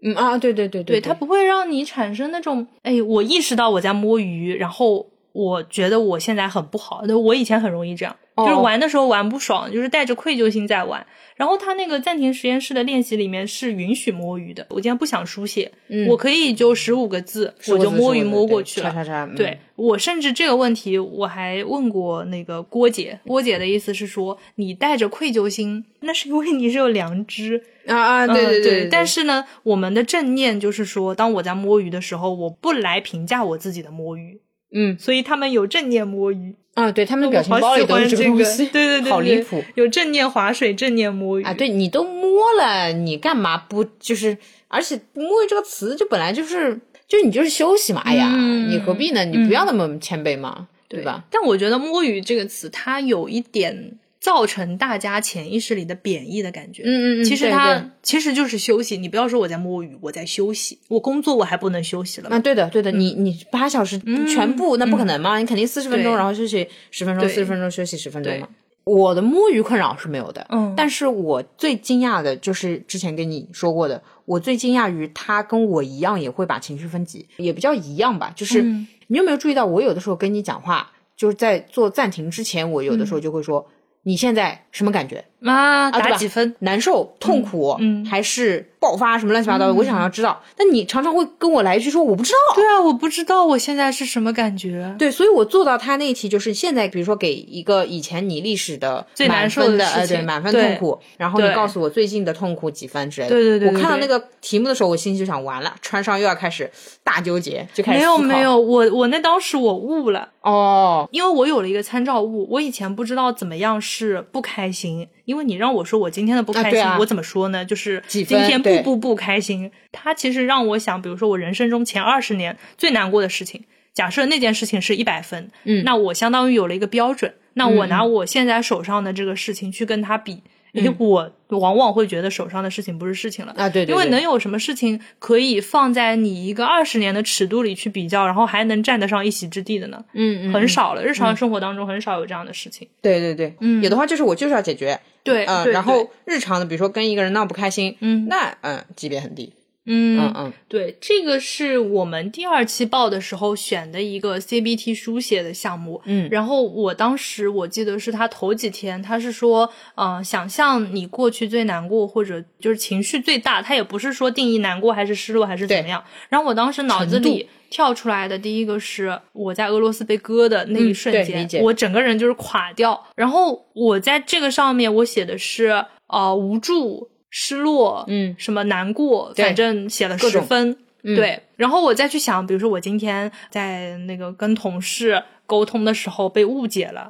嗯啊，对对对
对，
对，
它不会让你产生那种，哎，我意识到我在摸鱼，然后我觉得我现在很不好。那我以前很容易这样，
哦
就是玩的时候玩不爽，就是带着愧疚心在玩。然后他那个暂停实验室的练习里面是允许摸鱼的，我今天不想书写，
嗯
我可以就十五个字，我就摸鱼摸过去了。
叉叉叉，嗯
对，我甚至这个问题我还问过那个郭姐，郭姐的意思是说，你带着愧疚心，那是因为你是有良知，
啊啊，对
嗯
对
对
对，
但
是
是呢，我们的正念就是说，当我在摸鱼的时候，我不来评价我自己的摸鱼，
嗯
所以他们有正念摸鱼。
啊，对他们的
我
表情
好
包
喜
里都
欢
是个
这个，
东
对
西，
对对对，
好离谱。
有正念划水，正念摸鱼
啊，，对你都摸了，你干嘛不就是？而且“摸鱼”这个词就本来就是，就你就是休息嘛。哎呀，
嗯
你何必呢？你不要那么谦卑嘛，对吧？？
但我觉得“摸鱼”这个词，它有一点造成大家潜意识里的贬义的感觉。
嗯
其实
对
它
对
其实就是休息，你不要说我在摸鱼，我在休息，我工作我还不能休息了吗？
啊，对的，对
嗯
的，你你八小时全部、那不可能嘛，你肯定四十分钟，
对
然后休息十分钟，
对
四十分钟休息十分钟
对
嘛。我的摸鱼困扰是没有的，
嗯
但是我最惊讶的就是之前跟你说过的，我最惊讶于他跟我一样也会把情绪分级，也不叫一样吧，就是、
嗯
你有没有注意到，我有的时候跟你讲话，就是在做暂停之前，我有的时
嗯
候就会说、你现在什么感觉？
啊，
对
打
吧
几分？
难受、痛苦，
嗯
还是爆发什么乱七八糟的？我想要知道。但你常常会跟我来一句说我不知道，
对啊，我不知道我现在是什么感觉。
对，所以我做到他那一题，就是现在，比如说给一个以前你历史的
最
满
难受
分
的
的，
事
呃，对，
情
满分
对
痛苦，然后你
对
告诉我最近的痛苦几分之类的。
对对对
我
对
看到那
对
个题目的时候，我心里就想，完了，穿上又要开始大纠结，就开始
没有
思考
没有，我我那当时我悟了，
哦，
因为我有了一个参照物。我以前不知道怎么样是不开心，因为你让我说我今天的不开
对
心，
啊
我怎么说呢？就是
几
今
分
天
对
不不不开心。它其实让我想，比如说我人生中前二十年最难过的事情，假设那件事情是一百分，
嗯
那我相当于有了一个标准。那我拿我现在手上的这个事情去跟他比，
嗯
因为我往往会觉得手上的事情不是事情了。
啊，对对对，
因为能有什么事情可以放在你一个二十年的尺度里去比较，然后还能占得上一席之地的呢？
嗯嗯，
很少了，日常生活当中很少有这样的事情。
对对对，嗯，有的话就是我就是要解决，
对
呃，
对
然
对
后日常的，比如说跟一个人闹不开心，
嗯
那嗯，级别很低，嗯
嗯，
嗯
对，这个是我们第二期报的时候选的一个 CBT 书写的项目。
嗯
然后我当时我记得是他头几天，他是说，呃，想象你过去最难过或者就是情绪最大，他也不是说定义难过还是失落还是怎么样。然后我当时脑子
程
里跳出来的第一个是我在俄罗斯被割的那一瞬
嗯对理
间，
解
我整个人就是垮掉。然后我在这个上面我写的是，呃，无助、失落，
嗯
什么难过，
对
反正写了
各
十
种
分。
嗯
对，然后我再去想，比如说我今天在那个跟同事沟通的时候被误解了，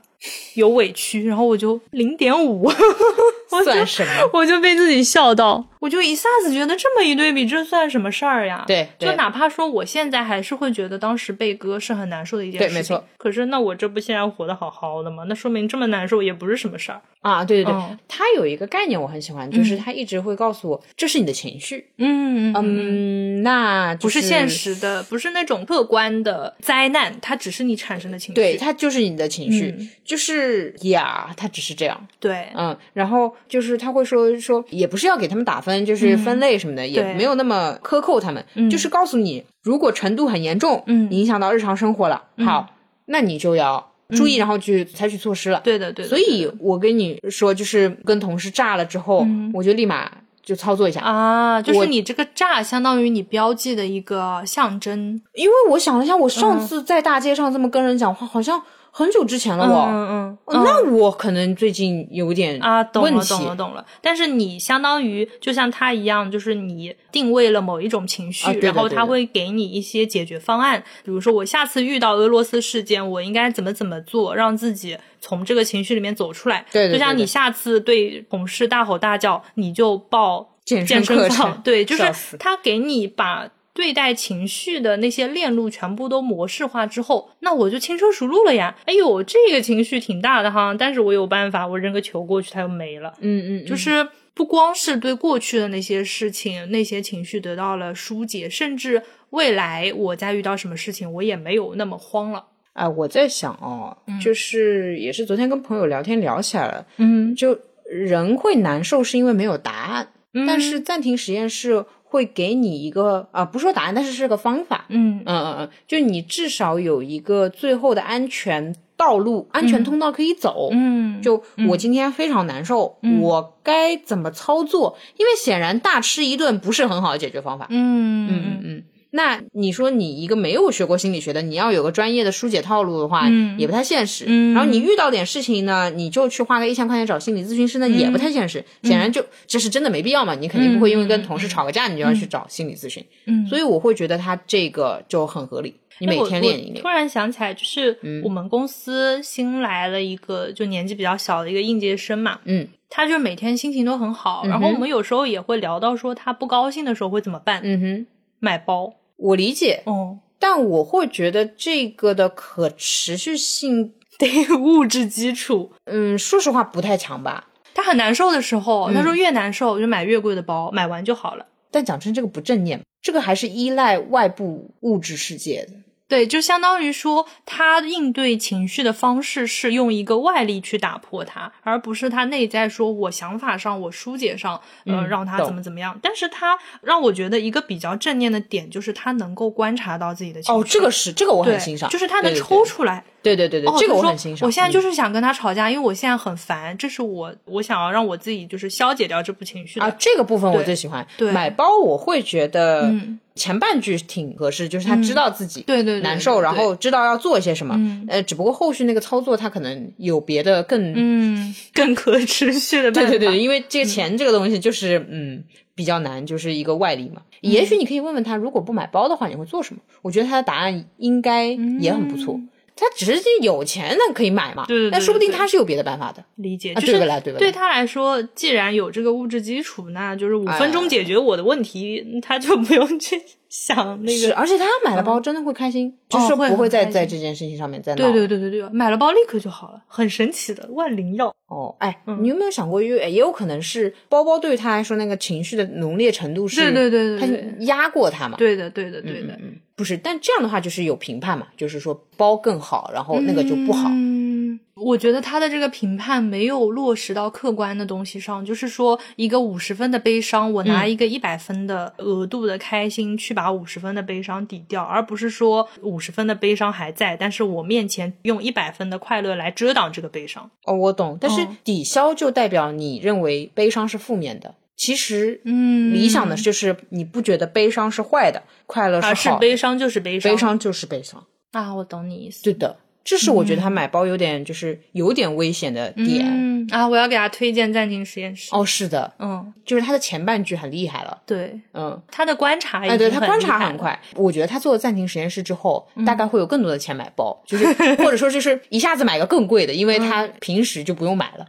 有委屈，然后我就零点五，
算什么？
我就被自己笑到，我就一下子觉得这么一对比，这算什么事儿呀？
对对
就哪怕说我现在还是会觉得当时被割是很难受的一件
对
事情，
没错。
可是那我这不现在活得好好的吗？那说明这么难受也不是什么事儿。
啊，对对对
嗯，
他有一个概念我很喜欢，就是他一直会告诉我这是你的情绪，
嗯
嗯，那
不
不
是现。实的，不是那种客观的灾难，它只是你产生的情绪。
对，它就是你的情绪，
嗯
就是呀，它只是这样，
对
嗯，然后就是他会说说，也不是要给他们打分，就是
嗯
分类什么的，也没有那么克扣他们，就是告诉你，如果程度很严重，
嗯
影响到日常生活了，好，那你就要注意，然后去采取措施了。
对的对的。
所以我跟你说，就是跟同事炸了之后，我就立马就操作一下，
嗯啊，就
我
是你这个炸，相当于你标记的一个象征。
因为我想了一下，我
嗯
上次在大街上这么跟人讲话，好像很久之前了我，
嗯嗯嗯。
哦那我可能最近有点
啊，懂
问
了，
题
懂了，懂了。但是你相当于就像他一样，就是你定位了某一种情绪，
啊对的
然后
对
他
的
会给你一些解决方案。比如说，我下次遇到俄罗斯事件，我应该怎么怎么做，让自己从这个情绪里面走出来。
对的
就像
对的
你下次对同事大吼大叫，你就报
健
健
身课
身房
程，，
对，就是
笑死
他给你把对待情绪的那些链路全部都模式化之后，那我就轻车熟路了呀。哎呦，这个情绪挺大的哈，但是我有办法，我扔个球过去，它就没了。
嗯嗯，
就
嗯
是不光是对过去的那些事情、那些情绪得到了疏解，甚至未来我再遇到什么事情，我也没有那么慌了。
哎，我在想哦，就是也是昨天跟朋友聊天聊起来了，
嗯，
就人会难受是因为没有答案，
嗯
但是暂停实验室会给你一个啊、不说答案，但是是个方法，
嗯
嗯嗯嗯，就你至少有一个最后的安全道路、安全通道可以走，
嗯，
就我今天非常难受，我该怎么操作？因为显然大吃一顿不是很好的解决方法。
嗯嗯
嗯嗯。那你说你一个没有学过心理学的，你要有个专业的疏解套路的话，
嗯
也不太现实。
嗯
然后你遇到点事情呢，你就去花个一千块钱找心理咨询
嗯
师呢，也不太现实。显然就这是真的没必要嘛，你肯定不会因为跟同事吵个架，你就要去找心理咨询。
嗯
所以我会觉得他这个就很合理，你每
哎我
天练一
我
练嗯
突。然想起来，就是我们公司新来了一个就年纪比较小的一个应届生嘛，
嗯，
他就每天心情都很好，然后我们有时候也会聊到说他不高兴的时候会怎么办，
嗯哼，
买包，
我理解，
哦，
但我会觉得这个的可持续性，
得物质基础。
嗯，说实话不太强吧。
他很难受的时
嗯
候，他说越难受我就买越贵的包，买完就好了。
但讲真，这个不正念，这个还是依赖外部物质世界的。
对，就相当于说，他应对情绪的方式是用一个外力去打破它，而不是他内在说我想法上、我疏解上，呃，
嗯
让他
懂
怎么怎么样。但是他让我觉得一个比较正念的点，就是他能够观察到自己的情绪。
哦，这个是这个我
对，
很欣赏，
就是他能
对
抽，出来。
对对对对对
哦，
这个
就是
我
说
很欣赏。嗯
我现在就是是想跟他吵架，因为我现在很烦，这是我我想要让我自己就是消解掉这部情绪的。
啊，这个部分我
对
最喜欢。
对
买包我会觉得
嗯
前半句挺合适，就是他知道自己
对对对，
难
对
受，
对
然后知道要做一些什么
嗯。
呃，只不过后续那个操作他可能有别的更，
嗯，更可持续的
对
办法。
对 对，因为这个钱这个东西就是嗯比较难，就是一个外力嘛。
嗯
也许你可以问问他，如果不买包的话，你会做什么？我觉得他的答案应该也很不错。他只是有钱，那可以买嘛。
嗯对对对
但说不定
对对
他是有别的办法的。
理解，
啊
就是
对不啦对不啦
对他来说，既然有这个物质基础，那就是五
哎
分钟解决我的问题，他就不用去 想那
是，啊
个。
而且他买了包真的会开心，就是
哦会
不
很
会再
开
在
心
这件事情上面再闹。
对对对对对，买了包立刻就好了，很神奇的万灵药。
哦，哎，
嗯
你有没有想过，因为也有可能是包包对他来说那个情绪的浓烈程度是，
对对对对对
他压过他嘛？
对的，对的，对的，
嗯，不是，但这样的话就是有评判嘛，就是说包更好，然后那个就不好。
嗯，我觉得他的这个评判没有落实到客观的东西上，就是说，一个五十分的悲伤，我
嗯
拿一个一百分的额度的开心去把五十分的悲伤抵掉，而不是说五十分的悲伤还在，但是我面前用一百分的快乐来遮挡这个悲伤。
哦，我懂，但是
哦
抵消就代表你认为悲伤是负面的，其实
嗯
理想的就是你不觉得悲伤是坏的，快乐
而
是
啊是
好的，
悲伤就是悲伤，
悲伤就是悲伤。
啊，我懂你意思。
对的，这是我觉得他买包有点就是有点危险的点。
嗯啊，我要给他推荐暂停实验室。
哦，是的，
嗯，
就是他的前半句很厉害了，
对，
嗯。
他的观察已
哎，对
经
他
很
观
厉
察
害
很
了，嗯
快，我觉得他做了暂停实验室之后，大概会有更多的钱买包， 就是或者说就是一下子买个更贵的，因
嗯
为他平时就不用买了。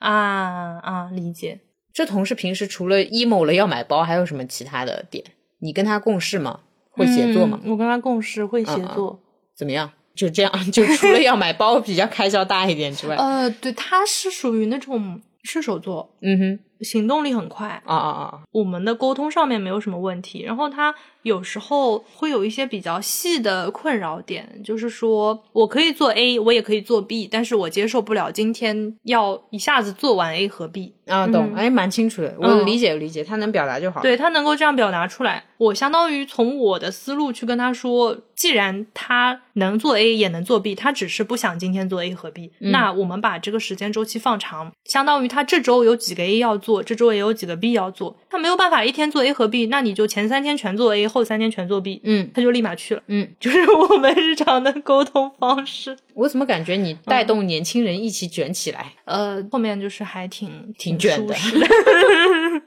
啊啊，理解。
这同事平时除了 emo 了要买包，还有什么其他的点？你跟他共事吗？会写作吗？
嗯我跟他共事，会写
嗯嗯
作。
怎么样？就这样， 就除了要买包比较开销大一点之外，
呃，对，他是属于那种射手座，
嗯哼，
行动力很快，
啊啊啊，
我们的沟通上面没有什么问题。然后他有时候会有一些比较细的困扰点，就是说我可以做 A，我也可以做 B，但是我接受不了今天要一下子做完 A 和 B。
啊，懂，哎，蛮清楚的，我
嗯
理解理解，他能表达就好。，
对他能够这样表达出来，我相当于从我的思路去跟他说，既然他能做 A 也能做 B，他只是不想今天做 A 和 B，、那我们把这个时间周期放长，相当于他这周有几个 A 要做，这周也有几个 B 要做，他没有办法一天做 A 和 B，那你就前三天全做 A，后三天全做 B，
嗯
他就立马去了，
嗯，
就是我们日常的沟通方式。
我怎么感觉你
嗯
带动年轻人一起卷起来？
呃，后面就是还挺
挺卷的
舒适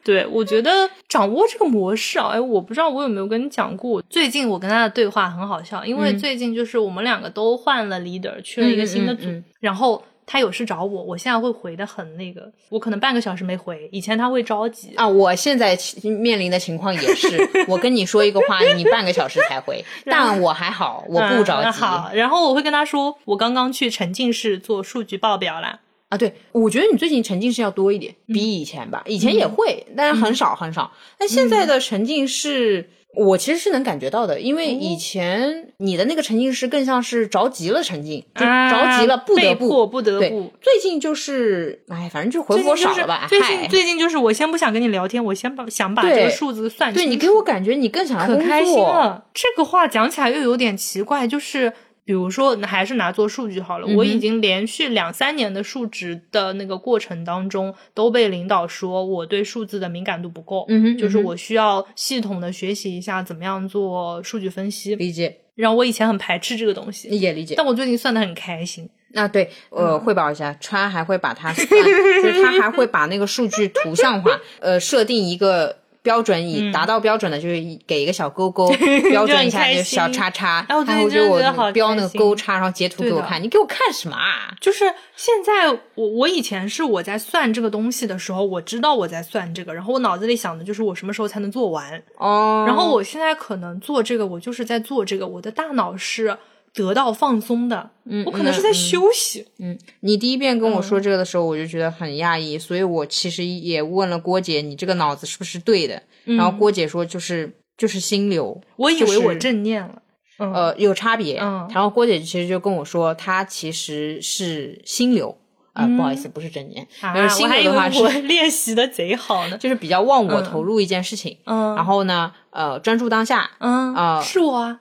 对，我觉得掌握这个模式啊，哎，我不知道我有没有跟你讲过，最近我跟他的对话很好笑，因为
嗯
最近就是我们两个都换了 leader，去了一个新的组，
嗯嗯嗯
然后。他有事找我，我现在会回的很那个，我可能半个小时没回。以前他会着急，
啊，我现在其面临的情况也是，我跟你说一个话，你半个小时才 回，但我还好，我不着
啊嗯
急。
好，然后我会跟他说，我刚刚去沉浸式做数据报表啦。
啊，对，我觉得你最近沉浸式要多一点，
嗯
比以前吧，以前也会，但是很少很少。但现
嗯
在的沉浸式，我其实是能感觉到的，因
哦
为以前你的那个沉浸式更像是着急了沉浸，就着急了
啊
不得
被迫
不。
不得
对
不，。
最近就是，哎，反正就回
最
复我
近就
少
是
了吧，
最
嗨
近最近就是我先不想跟你聊天，我先把想把这
对
个数字算清
对
楚。
你给我感觉你更想要
可
工
开心
作，
了。这个话讲起来又有点奇怪，就是比如说还是拿做数据好了，我
嗯
已经连续两三年的数值的那个过程当中，都被领导说我对数字的敏感度不够，
嗯哼
就是
嗯哼
我需要系统的学习一下怎么样做数据分析。
理解
然后我以前很排斥这个东西，
也理解。
但我最近算的很开心。
那对，
嗯
呃，汇报一下，川还会把它算，就是他还会把那个数据图像 化，呃，设定一个标准以，
嗯
达到标准的就是一给一个小勾 勾，标准一下
开
就是小
心
叉叉，
哎我最
他会
近
给
真的
我
觉得好
标
开
那个
心
勾叉，然后截图
对
给我
的
看，你给我看什么 啊？
就是现在我，我以前是我在算这个东西的时候，我知道我在算这个，然后我脑子里想的就是我什么时候才能做完，
哦，
然后我现在可能做这个，我就是在做这个，我的大脑是得到放松的，嗯我可能是在休息。
你第一遍跟我说
嗯
这个的时候，我就觉得很讶异，所以我其实也问了郭姐，你这个脑子是不是对的？然后郭姐说就是就是心流，
嗯我以
就是
为我正念了，
呃，有差别。
嗯
然后郭姐其实就跟我说，她其实是心流，啊、
嗯
不好意思，不是正念，但是
啊我
心
还以
流
为
的话
我
是
练习的贼好呢。
就是比较忘我投入一件事情，
嗯
然后呢，呃，专注当下。
嗯
啊
是我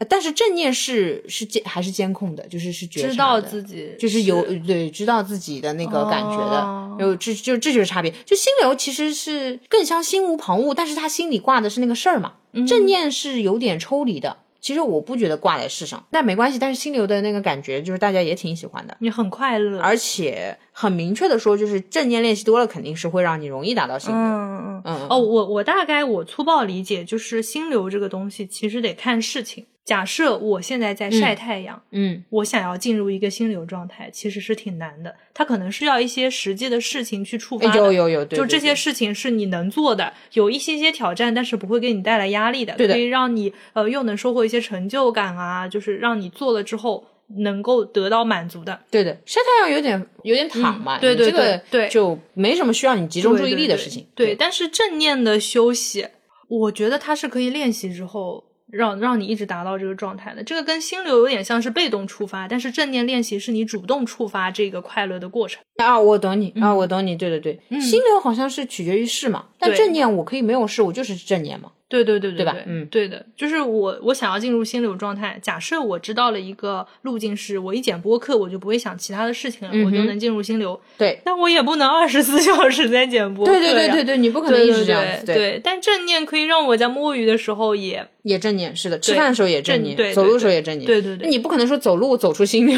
啊，
但是正念是是监还是监控的，就是是觉察的
知道自己
就是有对知道自己的那个感觉
哦
的，有这就这就是差别。就心流其实是更像心无旁骛，但是他心里挂的是那个事儿嘛，
嗯
正念是有点抽离的。其实我不觉得挂在事上，但没关系。但是心流的那个感觉，就是大家也挺喜欢的，
你很快乐，
而且很明确的说，就是正念练习多了，肯定是会让你容易达到心流。
嗯嗯
嗯
哦，我我大概我粗暴理解就是心流这个东西，其实得看事情。假设我现在在晒太阳，
嗯
我想要进入一个心流状态，其实是挺难的。它可能是要一些实际的事情去触发的。
有有有，对，
就
对
这
对
些事情是你能做的，有一些些挑战，但是不会给你带来压力的，
对的
可以让你呃又能收获一些成就感啊，就是让你做了之后能够得到满足的。
对的，晒太阳有点有点躺嘛，
嗯对
你
对
这个
对对
就没什么需要你集中注意力的
对
事情。
对，但是正念的休息，我觉得它是可以练习之后让让你一直达到这个状态的。这个跟心流有点像是被动触发，但是正念练习是你主动触发这个快乐的过程。
啊，我懂你嗯啊，我懂你，对对对，心流好像是取决于事嘛，但
对
正念我可以没有事，我就是正念嘛。
对对对
对吧
对，
嗯
对的，就是我我想要进入心流状态。假设我知道了一个路径是，我一剪播客，我就不会想其他的事情了，我就
嗯哼
能进入心流。
对，
但我也不能二十四 小时在剪播客
对
呀，
对对对对，你不可能
对
一
对
直这样
对
子，
对，但正念可以让我在摸鱼的时候也
也正念是的，吃
对
饭的时候也正
正
念，
对
走
对
路的时候也正念，
对对对
那你不可能说走路走出心 流，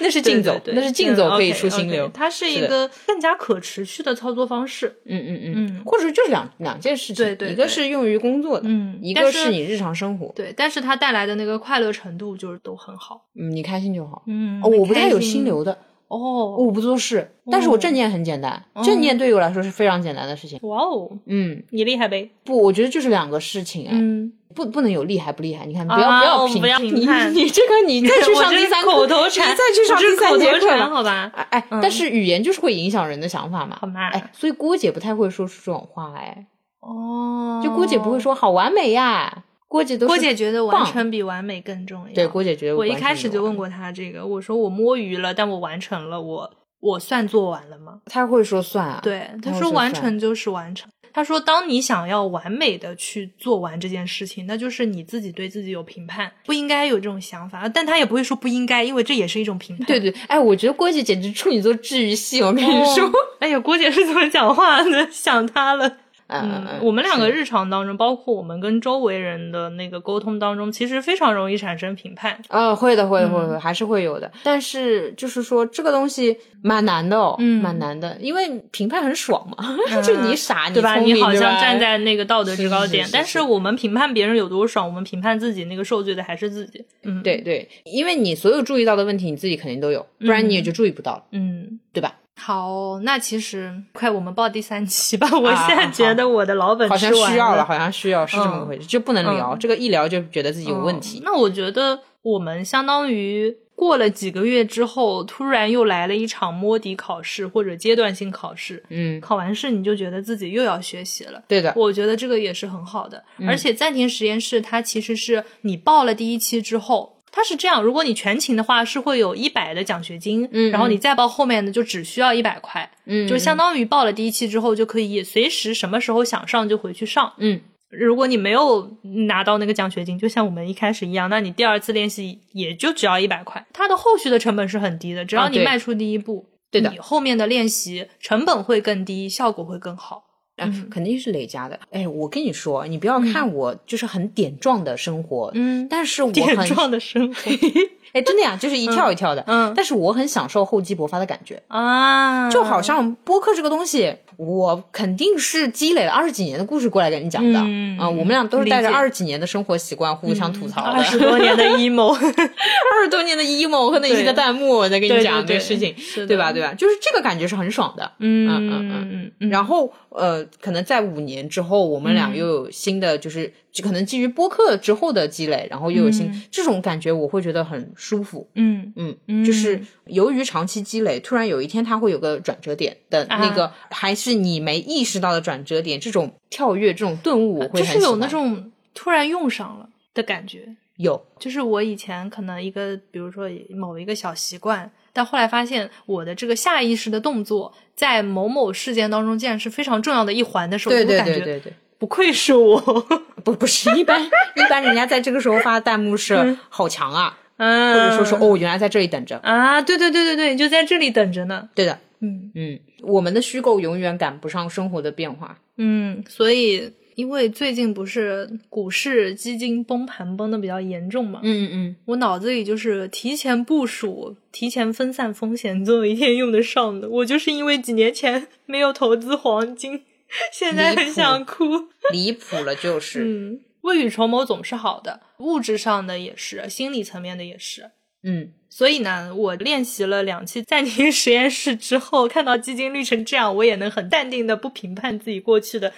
那是
对
竞走
对，对
那是竞走
嗯
可以
OK，
出心
OK，
流，
它是一
是的
个更加可持续的操作方式。
嗯嗯嗯
嗯，
或者就是两两件事情，
对对
一个
对
是用于工作的，
嗯
一
但
个
是
是你日常生活，
对，但是它带来的那个快乐程度就是都很好。
嗯，你开心就好。
嗯
哦，我不太有心
心
流的，
哦，
我不做事，但是我正念很简单，正念对于我来说是非常简单的事情。
哇哦，
嗯，
你厉害呗。
不，我觉得就是两个事情哎，
嗯，
不不能有厉害不厉害，你看
啊
不要、
我
评，
不要评判
你你这个你 再去
我
上
这
第
是
三课
口头禅，
你再去上
我这
第
是
三
口
节
头
课
禅，
了。
好吧？
哎哎，但是语言就是会影响人的想法嘛
好。啊嘛，
哎，所以郭姐不太会说出这种话哎，
哦，
就郭姐不会。说好完美呀，郭姐都是
郭姐觉得完
棒
成比完美更重要。
对郭姐觉得
我一
完全
开
没
始
有啊
就问过他这个，我说我摸鱼了，但我完成了，我我算做完了吗？
她会说算啊，
对，他
然后
说
就
完
算
成就是完成。他说，当你想要完美的去做完这件事情，那就是你自己对自己有评判，不应该有这种想法。但他也不会说不应该，因为这也是一种评 判。
对对，哎，我觉得郭姐简直处女座治愈系，我跟你
哦
说，
哎呀，郭姐是怎么讲话的？ 想他了。
嗯
嗯，我们两个
是
日常当中，包括我们跟周围人的那个沟通当中，其实非常容易产生评判。
呃，会的，会的，会的，还是会有的。但是就是说，这个东西蛮难的哦，
嗯
蛮难的，因为评判很爽嘛， 就你傻，
对吧？
啊你聪
你
明
好
对
像
吧
站在那个道德制高
是是
点，
是
但
是
是我们评判别人有多爽，我们评判自己那个受罪的还是自己。嗯，，
对对，因为你所有注意到的问题，你自己肯定都有，不然你也就注意不到了，
嗯。
对吧？
好，那其实快我们报第三期吧。我
啊
现在觉得我的老本
好像
吃完
需要
了
了，，好像需要，是这么个回事，就不能聊这个，一聊就觉得自己有问
嗯
题。
那我觉得我们相当于过了几个月之后，突然又来了一场摸底考试或者阶段性考试。
嗯，
考完试你就觉得自己又要学习了。
对的，
我觉得这个也是很好的，
嗯
而且暂停实验室它其实是你报了第一期之后，它是这样，如果你全勤的话是会有一百的奖学金，
嗯
然后
嗯
你再报后面的就只需要一百块，
嗯，
就相当于报了第一期之后就可以随时什么时候想上就回去上。
嗯，
如果你没有拿到那个奖学金，就像我们一开始一样，那你第二次练习也就只要一百块，它的后续的成本是很低的，只要
啊
你
对
迈出第一步，
对的
你后面的练习成本会更低，效果会更好。
啊，
嗯
肯定是累加的。哎，我跟你说，你不要看我就是很点状的生活，
嗯，
但是我
点
很
状的生 活
哎，真的呀，就是一跳一跳的。
嗯嗯
但是我很享受厚积薄发的感觉，
啊，
就好像播客这个东西，我肯定是积累了二十几年的故事过来跟你讲的。
嗯
啊，我们俩都是带着
理解嗯
二十几年的生活习惯互相吐槽的，
二十多年的 emo，
二十多年的 emo 和那期的弹幕，我在跟你讲这
对
个事情，
是的
对吧？对吧？就是这个感觉是很爽的。
嗯
嗯嗯
嗯嗯
然后呃，可能在五年之后，我们俩又有新的，就是、就可能基于播客之后的积累，然后又有新、这种感觉，我会觉得很舒服。
嗯
嗯，
嗯
就是由于长期积累，突然有一天它会有个转折点的
啊
那个，还是你没意识到的转折点，这种跳跃、这种顿悟，我会
呃就
很
是
喜
有
欢
那种突然用上了的感觉。
有
就是我以前可能一个，比如说某一个小习惯，但后来发现我的这个下意识的动作，在某某事件当中竟然是非常重要的一环的时候，
对
就会
对
感
对
觉
对对，
不愧 是我，
不不是一般一般人家在这个时候发弹幕是好强啊，
嗯，
或者说说哦，原来在这里等着，
啊，对对对对对，就在这里等着呢，
对的，
嗯
嗯，我们的虚构永远赶不上生活的变化，
嗯，所以因为最近不是股市基金崩盘崩的比较严重嘛，
嗯嗯
我脑子里就是提前部署、提前分散风险，总有一天用得上的。我就是因为几年前 没有投资黄金，现在很想哭。
嗯，离谱了就是，
嗯，未雨绸缪总是好的，物质上的也是，心理层面的也是。
嗯
所以呢，我练习了两期暂停 实验室之后，看到基金绿成这样，我也能很淡定的不评判自己过去的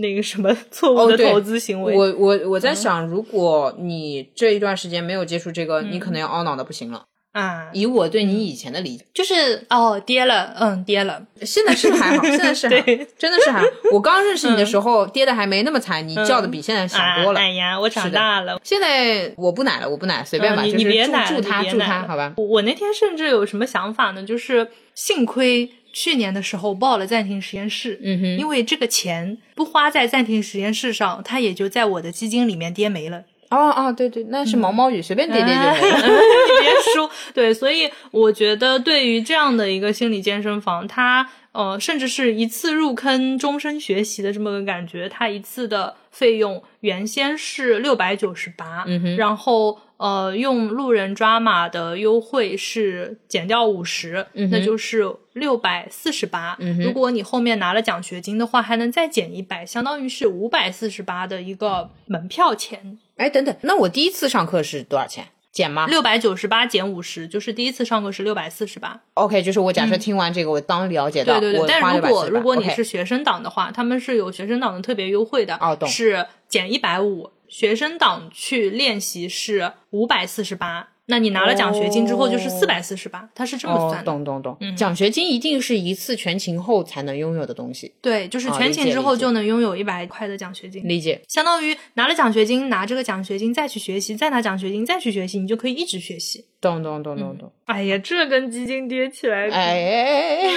那个什么 错误
哦
的
对
投资行为。嗯
我我我在想，如果你这一段时间没有接触这个，你
嗯
可能要懊恼的不行了。
啊，
以我对你以前的理解，
就是哦，跌了，嗯，跌了，
现在是还好，现在是还好
对，
真的是还好。我刚认识你的时候，跌的还没那么惨，你叫的比现在响多了
啊。哎呀，我长
是的
大了。
现在我不奶了，我不奶，随便吧，
嗯你
就
你
是
别奶了
祝祝他
你别
祝
奶
他，
了
好吧？
我我那天甚至有什么想法呢？就是幸亏去年的时候报了暂停实验室，
嗯哼，
因为这个钱不花在暂停实验室上，它也就在我的基金里面跌没了。
哦哦，对对，
嗯
那是毛毛雨，随便点点就没
哎
了。
你别说，对，所以我觉得对于这样的一个心理健身房，它呃，甚至是一次入坑、终身学习的这么个感觉，它一次的费用原先是六百九十八，
嗯哼
然后呃，用路人抓马的优惠是减掉五十、
嗯哼
那就是六百四十八。
嗯哼
如果你后面拿了奖学金的话，还能再减一百，相当于是五百四十八的一个门票钱。
哎，等等，那我第一次上课是多少钱？减吗
六百九十八减五十，就是第一次上课是六百四十八。
？OK，就是我假设听完这个，我当了解到，
嗯对对对
我，花
但如果
648
如果你
OK
是学生党的话，他们是有学生党的特别优惠的，
哦懂
是减一百五，学生党去练习是五百四十八。那你拿了奖学金之后就是
哦
四百四十八，它是这么
哦
算，的。嗯
懂懂懂，奖学金一定是一次全勤后才能拥有的东西，
对，就是
哦
全
理
勤
解
之
理
后
解
就能拥有一百块的奖学金。
理解？
相当于拿了奖学金，拿这个奖学金再去学习，再拿奖学金再去学习，你就可以一直学习。
懂懂懂懂懂，
哎呀，这跟基金跌起来 比，
哎。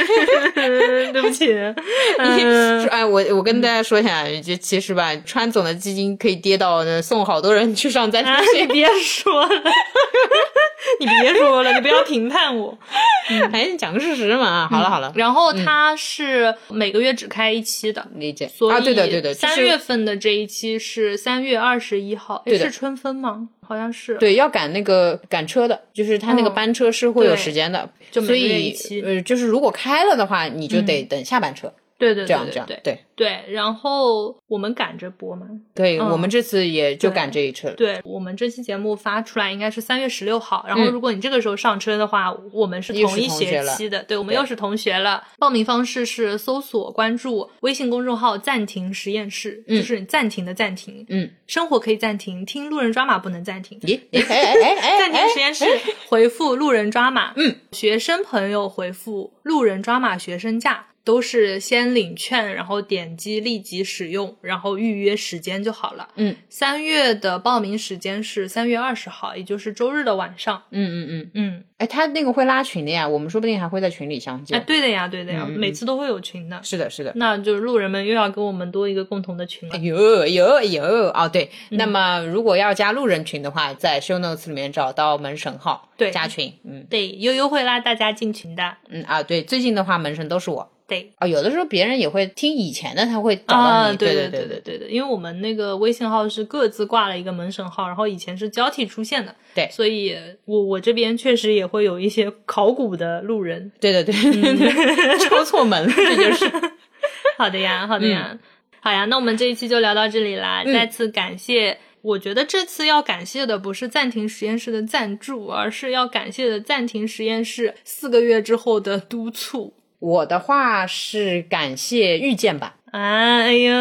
对不起， 嗯
说哎，我我跟大家说一下，就其实吧，川总的基金可以跌到呢，送好多人去 上暂停
啊，
学
你别说了， 你别说了，你不要评判我。
哎，你讲个事实嘛。好了好了，
然后它是每个月只开一期的，
理解。
嗯所以
啊，对的对的，就
三
是
月份的这一期是三月二十一号，诶
对的
是春分吗？好像是。
对要赶那个赶车的，就是他那个
嗯
班车是会有
对
时间的，
就每
所
个月一
以
期嗯
呃，就是如果开了的话，你就得等下班车，
对对
这样
对
这样
对对
对。
对。然后我们赶着播嘛，
对
嗯
我们这次也就
对
赶这一车了。
对我们这期节目发出来应该是三月十六号，然后
嗯
如果你这个时候上车的话，我们是同一学
又是同
期
学
的，对我们
对
又是同学了。报名方式是搜索关注微信公众号“暂停实验室”，
嗯
就是暂停的暂停，
嗯，
生活可以暂停，听路人抓马不能暂停。
咦，哎哎哎 哎，
暂停
哎
实验室回复“路人抓马”，
嗯，
学生朋友回复“路人抓马学生价”，都是先领券，然后点击立即使用，然后预约时间就好了。
嗯
三月的报名时间是三月二十号，也就是周日的晚上。
嗯嗯嗯，
嗯，
哎，他那个会拉群的呀，我们说不定还会在群里相
哎，
见。
对的呀，对的呀，
嗯嗯嗯
每次都会有群的。
啊是的，是的。
那就是路人们又要跟我们多一个共同的群了。
哎有有有哦，对，那么如果要加路人群的话，在 show notes 里面找到门神号，
对
加群，嗯
对，悠悠会拉大家进群的。
嗯啊，对，最近的话门神都是我
对。
啊、有的时候别人也会听以前的，他会找到
啊，
你，
对
对
对
对
对对对，因为我们那个微信号是各自挂了一个门神号，然后以前是交替出现的，
对
所以我我这边确实也会有一些考古的路人，
对对嗯对对， 敲错门了，这 就是，
好的呀，好的呀，
嗯
好呀，那我们这一期就聊到这里啦。再次感谢，我觉得这次要感谢的不是暂停实验室的赞助，而是要感谢的暂停实验室四个月之后的督促。
我的话是感谢遇见吧，
啊，哎呀，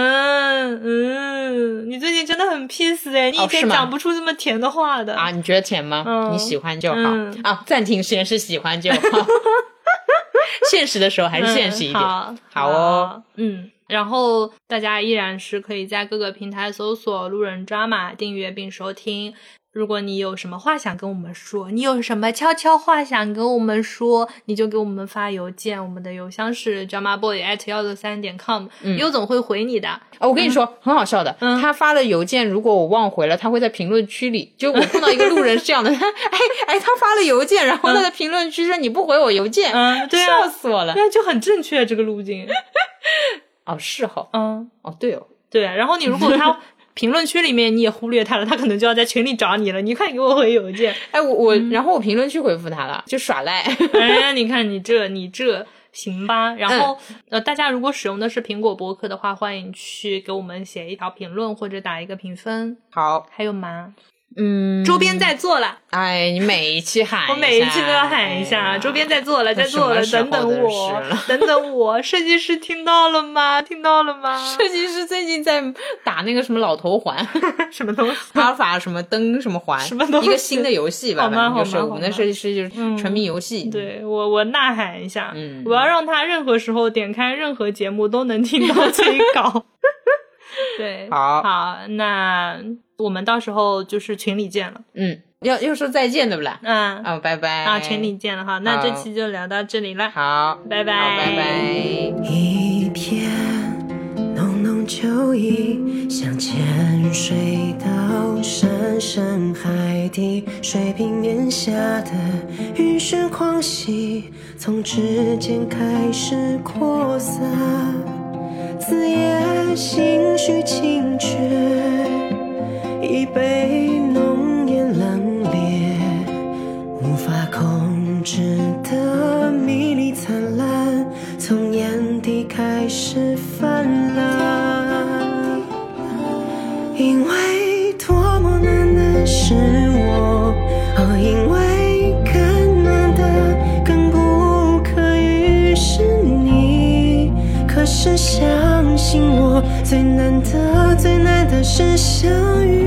嗯，你最近真的很 peace 哎，你以
哦是
前
吗
讲不出这么甜的话的。
啊，你觉得甜吗？
嗯
你喜欢就好、
嗯
啊，暂停实验室喜欢就 好，现实的时候还是现实一点。
嗯好，
好哦，
嗯。然后大家依然是可以在各个平台搜索“路人抓马”，订阅并收听。如果你有什么话想跟我们说，你有什么悄悄话想跟我们说，你就给我们发邮件，我们的邮箱是 drama boy at 幺六三点 com，优
嗯
总会回你的。
哦，我跟你说，很好笑的。
嗯
他发了邮件，如果我忘回了，他会在评论区里。就我碰到一个路人是这样的， 他哎哎，他发了邮件，然后他在评论区说你不回我邮件，
嗯，对
笑
啊，
死我了。
对啊，就很正确这个路径。
哦，是哈，
嗯，
哦对哦，
对啊。然后你如果 他评论区里面你也忽略他了，他可能就要在群里找你了。你快给我回邮件。
哎我我，
嗯
然后我评论区回复他了，就耍赖。
哎，你看你这你这行吧。然后、
嗯
呃，大家如果使用的是苹果播客的话，欢迎去给我们写一条评论或者打一个评分。
好，
还有吗？
嗯，
周边在做了，
哎，你每一期喊一下，
我每一期都要喊一
哎
下，
呀
周边在做了，
那
在做了，
什么
等
时候
等
的
我
事了，
等等我，设计师听到了吗？听到 了吗？
设计师最近在打那个什么老头 环，
什么东西？
阿尔法什么灯什么环，
什么东西
一个新的游戏吧，
好吗
反正就
好
是
吗
我们的
好吗
设计师就是沉迷游戏，，
对我，我呐喊一下，
嗯
我要让他任何时候点开任 何 节目都能听到催稿。对，
好
好，那我们到时候就是群里见了。
嗯，要要说再见对不啦？
嗯，
啊、拜拜
啊，群里见了哈。那这
好
期就聊到这里了，
好，
拜拜，
好，拜拜。
一片浓浓秋意，像潜水到深深海底，水平面下的晕眩狂喜，从指尖开始扩散，子夜心绪清绝，已被浓烟冷冽。无法控制的迷离灿烂，从眼底开始泛滥。因为多么难的是我，哦，因为更难的、更不可遇是你。可是相信我，最难的、最难的是相遇。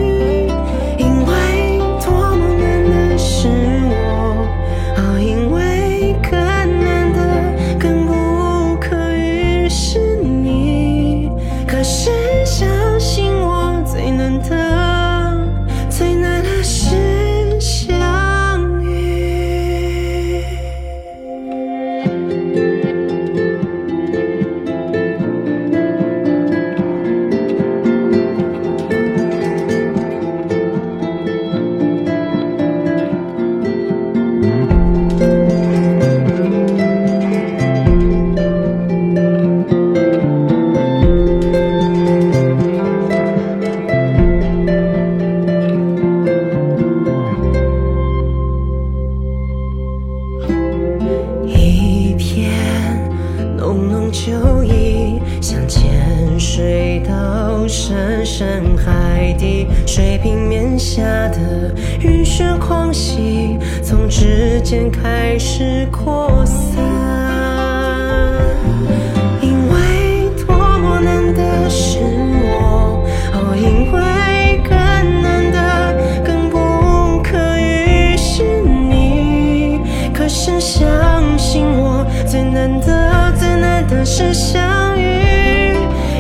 因为多么难的是我，哦，因为更难的、更不可遇是你。可是相信我，最难的、最难的是相遇。一片浓浓秋意，像潜水到深深海底，水平面下的晕眩狂喜，从指尖开始扩散。因为多么难的是我，哦，因为更难的、更不可遇是你。可是相信我，最难的、最难的是相遇。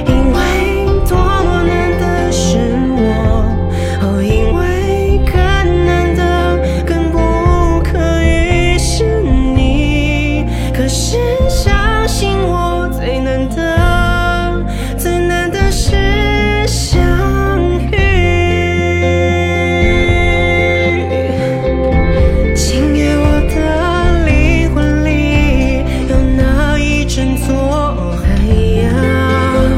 因为多么难的是我，哦，因为更难的、更不可遇是你。可是相信我，最难的、最难的是相遇。请阅我的灵魂里，有那一整座海洋，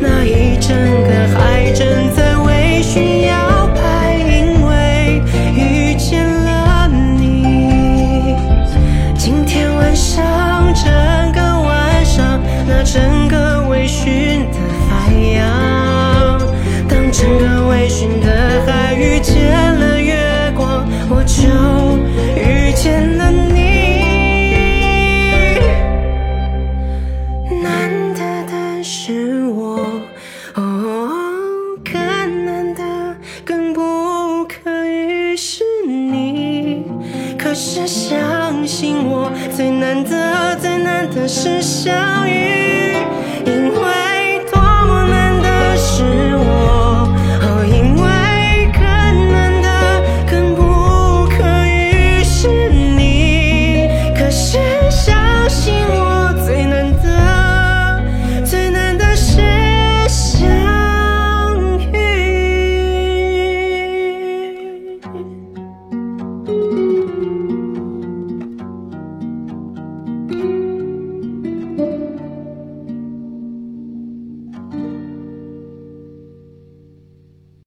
那一整个海正在微醺摇摆，因为遇见了你。今天晚上，整个晚上，那整个微醺的海洋，当整个微醺的海遇见了月光，我就遇见了你。难得的是我，哦，更难得、更不可遇是你。可是相信我，最难得、最难的是相